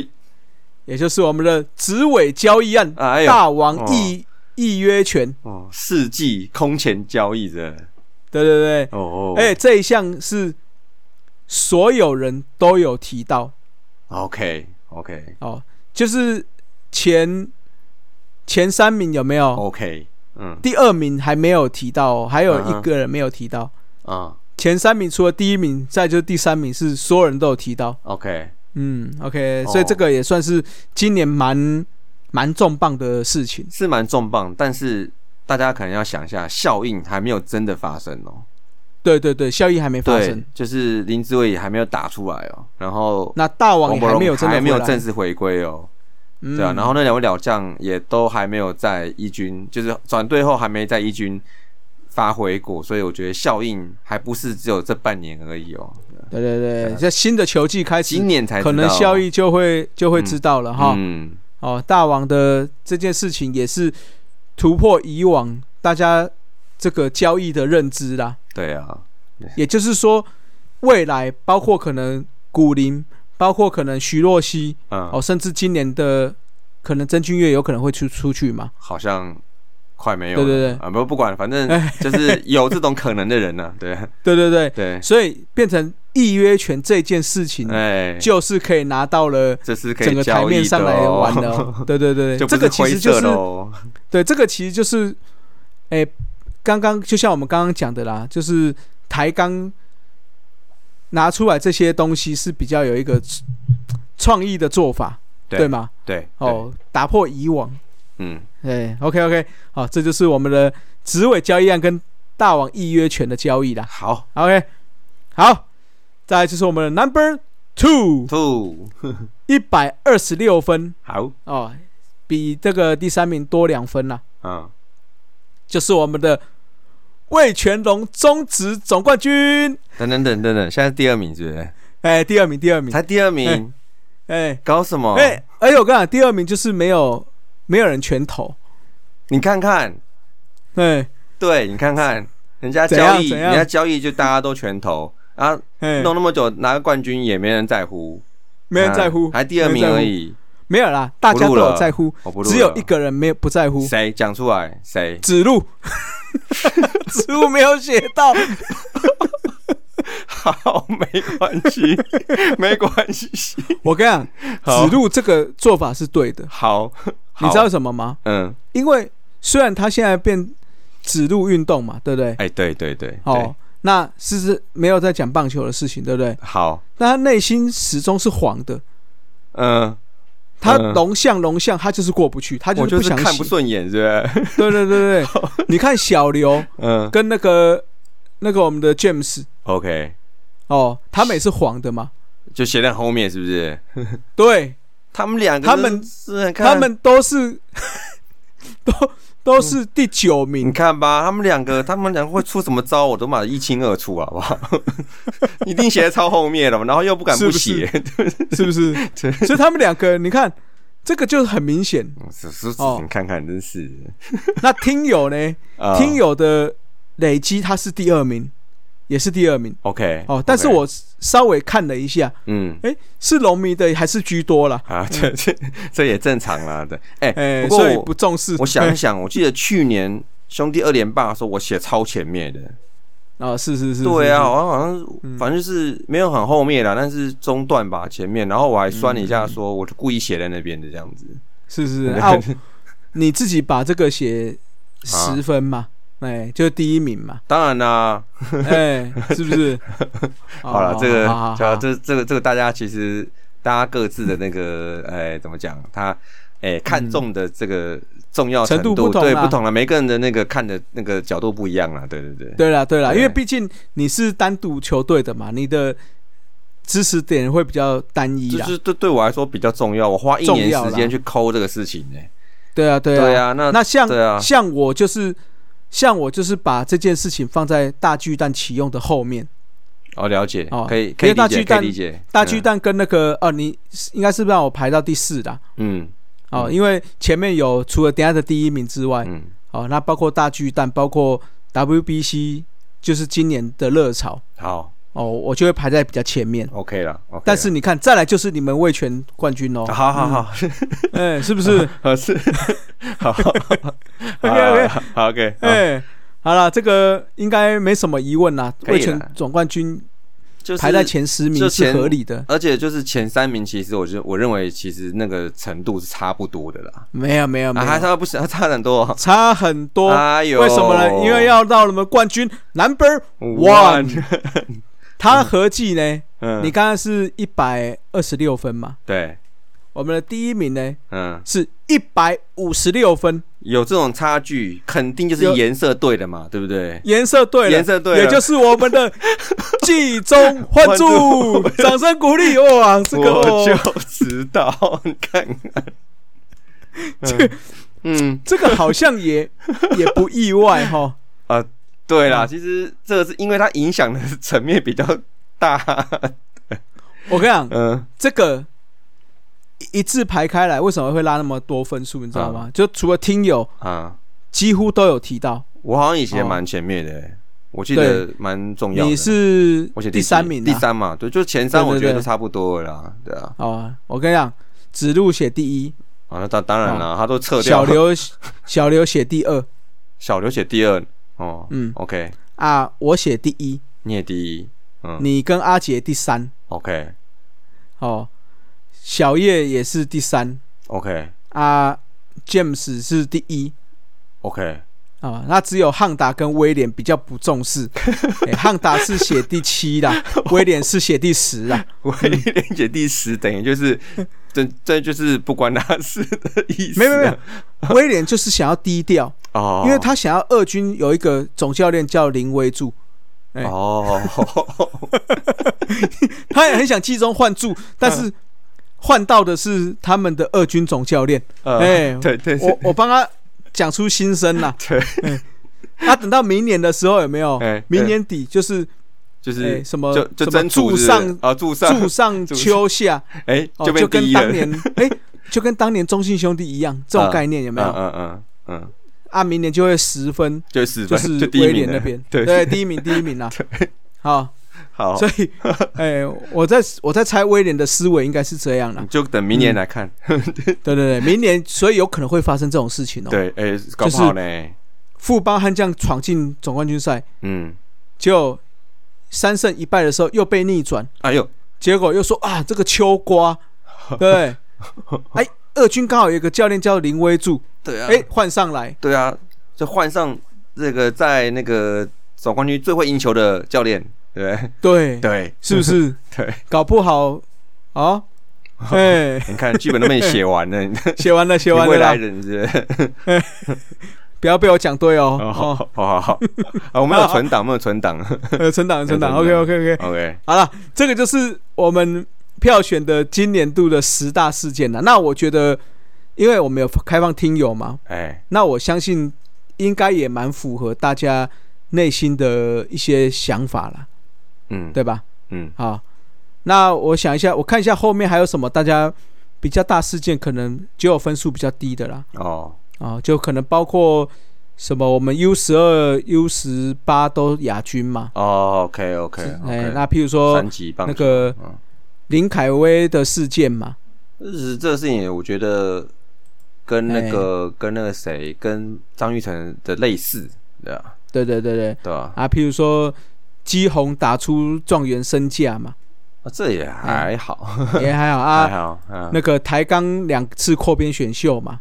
也就是我们的紫尾交易案、哎呦，大王易易约权。哦，世纪空前交易着，对对对，哦哦，哎、这一项是所有人都有提到，OK OK 哦，就是前前三名有没有？ OK，嗯第二名还没有提到、哦，还有嗯哼一个人没有提到。啊前三名除了第一名，再就是第三名是所有人都有提到。 ，OK，嗯，OK，、哦所以这个也算是今年蛮蛮重磅的事情。是蛮重磅，但是大家可能要想一下，效应还没有真的发生哦。对对对，效益还没发对生，，就是林志伟也还没有打出来哦，然后那大王王也伯还荣没有真的还没有正式，式回归哦，嗯对啊，然后那两位老将也都还没有在一军，就是转队后还没在一军发挥过，所以我觉得效应还不是只有这半年而已哦，对对对，这新的球季开始今，年才可能效效益就会就会嗯知道了哈。嗯，哦，大王的这件事情也是突破以往大家这个交易的认知啦。对啊，也就是说，未来包括可能古林，包括可能徐若曦，嗯，哦，甚至今年的可能曾俊岳有可能会出出去嘛。好像快没有了，对对对哎啊，不不管，反正就是有这种可能的人呢，对对对对， 对，所以变成预约权这件事情，哎，就是可以拿到了这是可整以个交台易面上的来哦玩的、哦。 对对对， 就对不这个是其灰实就色是的哦，对，这个其实就是，哎，刚刚就像我们刚刚讲的啦，就是台钢拿出来这些东西是比较有一个创意的做法，对对吗？对，哦，打破以往。对，嗯，对，OK OK，好，哎这就是我们的职位交易案跟大王预约权的交易啦。好 OK，好，再来就是我们的 Number Two， ，two，一百二十六分好，哦，比这个第三名多两分啦，嗯，就是我们的魏全龙中职总冠军，等等等等等，现在第二名是不是？哎，第二名，第二名，才第二名，哎搞什么？哎，而且我跟你讲，第二名就是没有没有人全投，你看看，哎对你看看，人家怎交样易，怎样人家交易就大家都全投啊，哎，弄那么久拿个冠军也没人在乎，啊没人在乎，还第二没名人在乎而，已，没有啦，大家都不录了哦有在乎，我不录了只有一个人没有不在乎，谁讲出来？谁？ 指路，指路没有写 到，好，没关 系，没关系，我跟你讲，好指路这个做法是对的，好，你好知道为，什么吗？嗯，因为虽然他现在变指路运动嘛，对不对？哎，对对对，哦对，，那是是没有在讲棒球的事情，对不对？好，但他内心始终是黄的，嗯，他嗯龙象龙象，他就是过不去，他我是就不是想看洗不。顺眼，是不是？ 对对 对对，你看小刘嗯跟那个那个我们的 James ，OK，哦，他们也是黄的嘛，就写在后面，是不是？对他们两个，他们是很看他们都是 都是第九你名。看吧，他们两个，他们两个会出什么招，我都把它一清二楚，好不好？ 一定写在超后面了嘛，然后又不敢是不不是写，嗯是不 是？所以他们两个，你看这个就很明显。是是是哦，你看看，真是那听友呢？ 啊听友的累积他是第二名，也是第二名 OK 哦。但是 OK，我稍微看了一下，嗯。哎，是龙迷的还是居多啦。啊，这这这也正常啦，对，哎、嗯哎，不过所以我不重视。我想一哎想，我记得去年兄弟二连霸的时候，我写超前面的， 啊，是是是，对是啊，是好像好像嗯反正就是没有很后面啦，但是中段吧，前面，然后我还酸了一嗯下，说我就故意写在那边的这样子。是 是是啊，我你自己把这个写啊十分嘛，哎，就是第一名嘛，当然啦， 哎，是不是？ 好了，哦这个好好这好这这个这个大家其实大家各自的 那个哎怎么讲，他哎看重的这个重要嗯程度度不同啊对啦不同了，啊每个人的那个看的那个角度不一样啦，对对对。对啦对啦，对因为毕竟你是单独球队的嘛，你的支持点会比较单一就啦。是对对我来说比较重要，我花一重年要时啦间去抠这个事情呢、对啊对啊对啊，那那像对啊，像我就是像我就是把这件事情放在大巨蛋启用的后面，哦了解，哦可以因可以为大理巨解，可以蛋理解。大巨蛋跟那个哦，你应该是让我排到第四的嗯，哦，嗯因为前面有除了等一下的第一名之外嗯，嗯，哦，那包括大巨蛋，包括 WBC，就是今年的热潮好哦，我就会排在比较前面。 ，OK 了。OK 啦但是你看，再来就是你们卫权冠军哦，好好好，哎，是不 是？合适， 好 OK，OK 好好 OK，好哎，好了，这个应该没什么疑问啦。可以卫啦权总冠军就是排在前十名就是前合理的，而且就是前三名，其实我就我认为其实那个程度是差不多的啦，没有没有没啊，还有，差不少，差很多 哦。差很多。哎呦，为什么呢？因为要到我们冠军 Number One， one，他合计呢，嗯你刚刚是一百二十六分嘛，对，我们的第一名呢嗯，是一百五十六分，有这种差距，肯定就是有颜色对的嘛，对不对？颜色对了，颜色对了也就是我们 的季中换柱，掌声鼓励哇！这个、我哦、就知道，你看 看，嗯，嗯这个好像 也也不意外哈。啊对嗯啦，其实这个是因为它影响的层面比较大，我跟你讲，嗯，这个一一字排开来，为什么会拉那么多分数？你知道嗯吗？就除了听友， 啊，几乎都有提到我好像以前哦蛮前面的欸、我记得蛮重要的。你是我写第四三名、啊，第三嘛，对，就前三对对我觉得对都差不多了啦，对啊，哦。我跟你讲，子路写第一，啊，那当当然啦，他都撤哦小掉了，刘小刘写第二， 小刘写第二，哦，嗯，OK，啊，我写第一，你也第一，嗯，你跟阿杰第三。 OK 哦，小叶也是第三 OK 啊，James 是第一 OK，啊、哦，那只有汉达跟威廉比较不重 视，诶汉达是写第七 啦，威廉是写第十啦，我一连写第十，等于就是 这这就是不关他事的意 思，啊没有没有，威廉就是想要低 调，哦，因为他想要二军有一个总教练叫林威柱，哎哦，他也很想季中换柱，但是换到的是他们的二军总 教练， 呃哎 对对我是，我帮他讲出心声 啦。对嗯，啊，等到明年的时候有没有哎？明年底就是就是哎什么就就什真么柱上啊柱上柱上柱秋下， 哎哦，就被就跟第一当了，年 哎，就跟当年中信兄弟一样，这种概念有没嗯有？嗯嗯嗯，啊，明年就会十分，就十就分是第一威名廉那了边，对哦对，第一名，第一 名啦。好，好，所 以，哎，我在我在猜威廉的思维应该是这样啦你。就等明年来看。嗯对对对，明年所以有可能会发生这种事情哦。， 对，哎、搞不好呢。富邦悍将闯进总冠军赛，嗯，就三胜一败的时候又被逆转，哎呦，结果又说啊这个秋瓜， 对，哎，二军刚好有一个教练叫林威柱，对啊，哎换上来，对啊，就换上这个在那个总冠军最会赢球的教练，对不对，对是不 是？对对，搞不好哦啊，哎，你看剧本都被你写完了，你写完 了，写你完未了来啦，人是不是？不要被我讲对哦，哦， 好哦，好好好，啊我们有存档， 我们有存档呃，存 档存档存，OK 档 OK OK， ，OK，好了，这个就是我们票选的今年度的十大事件了。那我觉得因为我们有开放听友嘛，哎，那我相信应该也蛮符合大家内心的一些想法啦，嗯，对吧？嗯，好，那我想一下，我看一下后面还有什么大家比较大事件，可能只有分数比较低的啦。哦，啊、就可能包括什么我们 U 十二、U 十八都亚军嘛。哦，OK，OK，哎、 OK，那譬如说三级棒那球个嗯林凯威的事件嘛，是这个事情，我觉得跟哎那个、跟那个谁跟张玉成的类似，对吧？对对对对，对吧？啊，譬如说基宏打出状元身价 嘛，啊这也还好，也还好还哎啊。好，嗯，那个台钢两次扩编选秀嘛，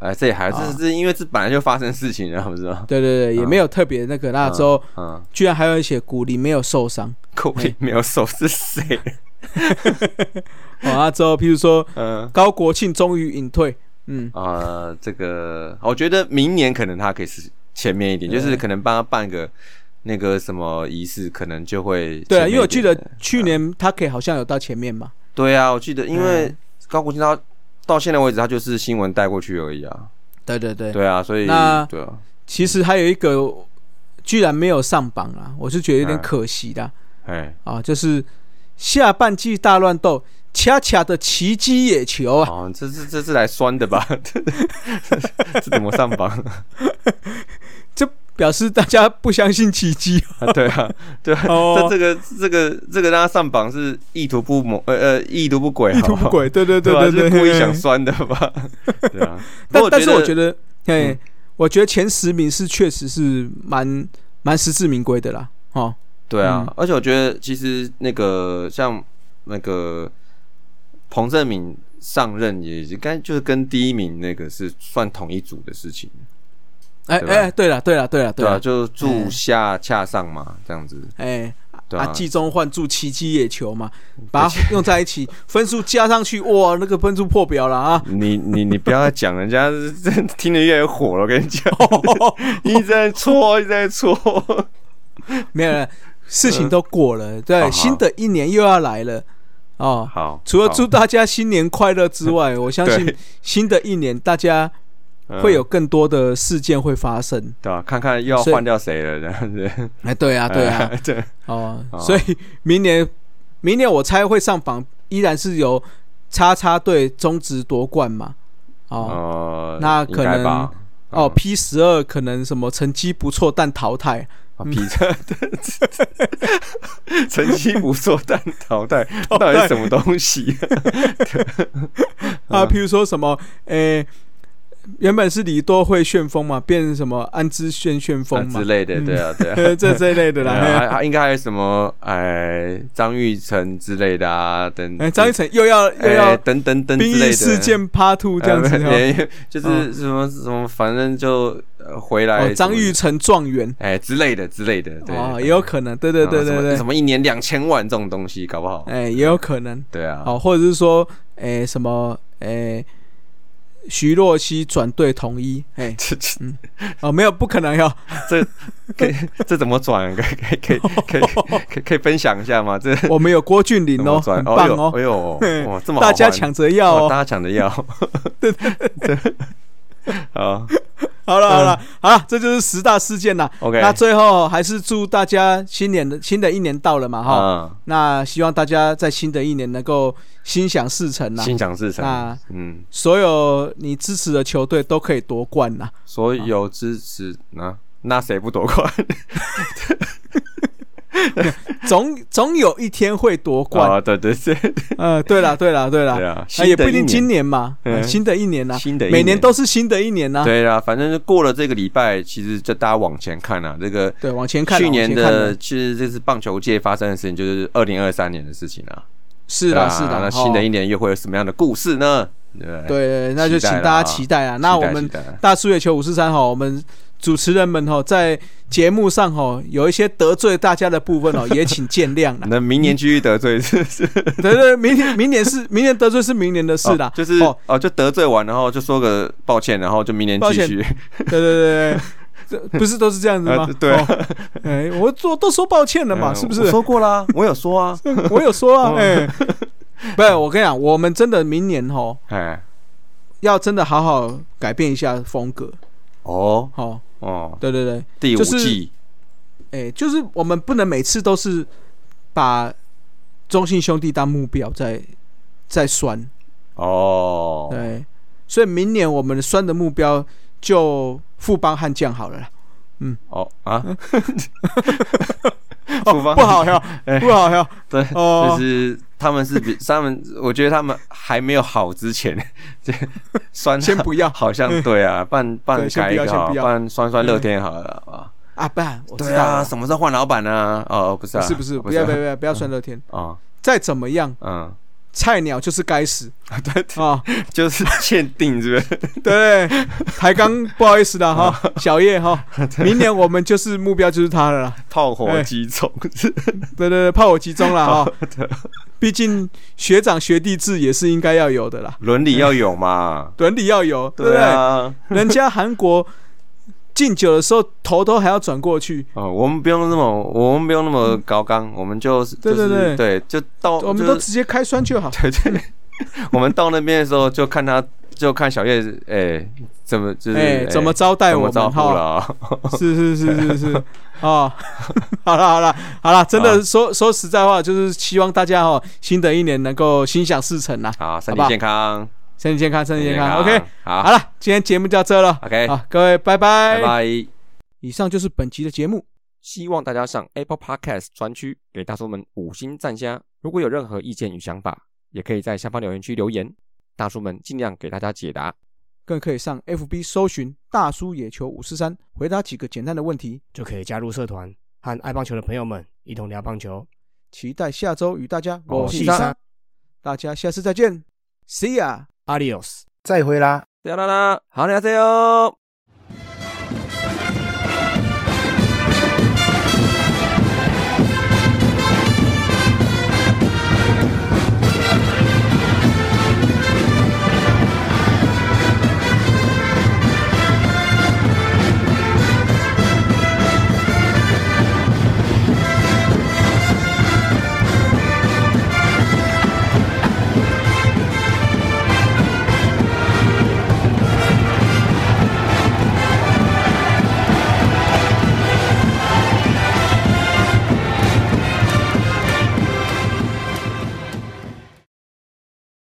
哎，这也还好，啊这这因为这本来就发生事情了，不是吗？对对对，也没有特别那个。那时候嗯，居然还有人写古林没有受伤，口里没有手 是谁？哦，啊之后譬如说嗯。高国庆终于隐退，嗯，啊，这个我觉得明年可能他可以是前面一点，哎就是可能帮他办个那个什么仪式，可能就会对啊，前面一因为我记得点去年他可以好像有到前面嘛，对啊，我记得因为高国庆他到现在为止他就是新闻带过去而已啊，对对对，对啊，所以那对啊，其实还有一个居然没有上榜啊，我是觉得嗯有点可惜的、哎，啊，就是下半季大乱斗，恰恰的奇迹野球啊，哦，这这这是来酸的吧？ 这这这怎么上榜？ 表示大家不相信奇 迹啊对啊，对啊，这哦，这个这个这个让他上榜是意图不谋呃呃意图不轨，意图不好好。轨，对对对对啊，就对，是故意想酸的吧？ 对啊，但不过但是我觉得嗯得，哎、我觉得前十名是确实是蛮蛮实至名归的啦，哦，对啊嗯，而且我觉得其实那个像那个彭正敏上任也应该就是跟第一名那个是算同一组的事情，哎对吧哎，对了对了对了对啊，了，就住下恰上嘛，这样子，哎。对啊，啊，季中换注奇迹野球嘛，把它用在一起，分数加上去，哇，那个分数破表了啊！你你你不要再讲，人家 是真听得越来越火了，我跟 你讲，一直在戳，一直在戳，没有了，事情都过了，对，好新的一年又要来了哦。好，除了好祝大家新年快乐之外，我相信对新的一年大家会有更多的事件会发生嗯。对啊，看看又要所以换掉谁了，这样子，哎，对嗯啊，对 啊，，对，哦，好所以明年，明年我猜会上榜，依然是由叉叉队中职夺冠嘛。哦哦，那可应该能吧哦嗯，P 十二可能什么成绩不错但淘汰，啊，比这嗯 成绩不错，但 淘汰哦到底是什么东西？嗯啊，譬如说什么，诶、原本是李多惠旋风嘛，变成什么安之炫旋风嘛之， 类的，对啊，对啊。呃，这这一类的 对啦。啊，嘿还还应该还有什么哎，张玉成之类的啊，等哎，张雨晨又要又哎要等等等之兵类役的事件 Part Two 这样子 呃不哦也就是什么什么，反正就呃回来什哦，么张玉成状元哎之类的之类的，对哦，也有可能，对对对对对对什，么一年两千万这种东西，搞不好哎，也有可能对啊， 哦，或者是说，哎，什么，哎，徐若曦转队统一， 哎，这这哦，没有，不可能哟，可以这怎么转？可以可以可以可以可以可以分享一下吗？这我们有郭俊霖怎哦，么转很棒呦哦哎，呦， 哇，这么好大家玩抢着要哇哦大。家抢着要，对对， 好 好了好了好了，这就是十大事件啦。 ，OK，那最后还是祝大家新年的新的一年到了嘛哈，啊，那希望大家在新的一年能够心想事成啦，心想事成那，嗯，所有你支持的球队都可以夺冠 啦。所有支持啊，那谁不夺 冠？啊总总有一天会夺冠。啊，对 对对，呃，对啦对啦对啦，对啊，啊也不一定新今的年嘛，嗯呃新的一年啦年，新的一每年都是新的一年啦。对啊，反正就过了这个礼拜，其实就大家往前看啊，这个。对，往前看啦，去往年前看的啦其实这是棒球界发生的事情，就是二零二三年的事情啊。是对啦啊是啦，那新的哦一年又会有什么样的故事呢？对不对，对对，那就期请待啦大家啊期待啦。那期我待们期待大叔野球五四三哈，我们主持人们哈，在节目上哈有一些得罪大家的部分哦，也请见谅啦。那明年继续得罪 是是对对，明年明年是明年得罪是明年的事啦哦，就是哦，哦，就得罪完，然后就说个抱歉，然后就明年抱继歉续。对对对对。这不是都是这样子吗 啊？对啊哦，哎，我做都说抱歉了 嘛，嗯是不我是？说过啦，我有 说啊。我有说啊，哎，不是，我跟你讲，我们真的明年哈，哎，要真的好好改变一下风格。哦哦，哦，对对对，第五就是季哎、就是我们不能每次都是把中信兄弟当目标在在酸，哦，对，所以明年我们的酸的目标就富邦悍将好了啦。哦啊， 哦富邦不好哟， 不好哟， 对，哦就是他们是 比他们，我觉得他们还没有好之前， 这酸先不要 好像对啊，办办对先改不一要个好，先不要嗯办酸酸乐天好了啊。啊！不然，我知对道啊，了，什么时候换老板呢？哦，不是不啊，是不是，哦不要不要啊不要不要酸乐天，哦，再怎么样，嗯， 菜鸟就是该死 对，啊！就是限定是不是？ 对，台钢不好意思啦 哈，小叶哈，明年我们就是目标就是他了啦。炮火 击中，对对对，炮火集中 哦了哈。毕竟学长学弟制也是应该要有的啦，伦理要有嘛？伦理要有， 对不对对？啊，人家韩国敬酒的时候头都还要转过去，哦，我们不用那么，我们不用那么高刚，我们就是对就是对对，就到我们就都是直接开栓就好。对 对，我们到那边的时候就看他，就看小叶，哎、怎么就是哎、哎，怎么招待怎我么招们呼了、哈？啊？是是是是是， 哦，好了好了好了，真啊的说说实在话，就是希望大家哦，新的一年能够心想事成啦，好，身好不体好健康，身体健康，身体健哎康。OK，好好了，今天节目就到这了， ，OK，好，各位拜哎拜拜。拜。以上就是本集的节目。希望大家上 Apple Podcast 专区给大叔们五星赞加。如果有任何意见与想法，也可以在下方留言区留言，大叔们尽量给大家解答。更可以上 FB 搜寻“大叔野球五四三”，回答几个简单的问题。就可以加入社团，和爱棒球的朋友们一同聊棒球。期待下周与大家哦我是戏三，大家下次再见，See ya。 ，Adios。 再会啦。啦啦啦，好，你好，加油！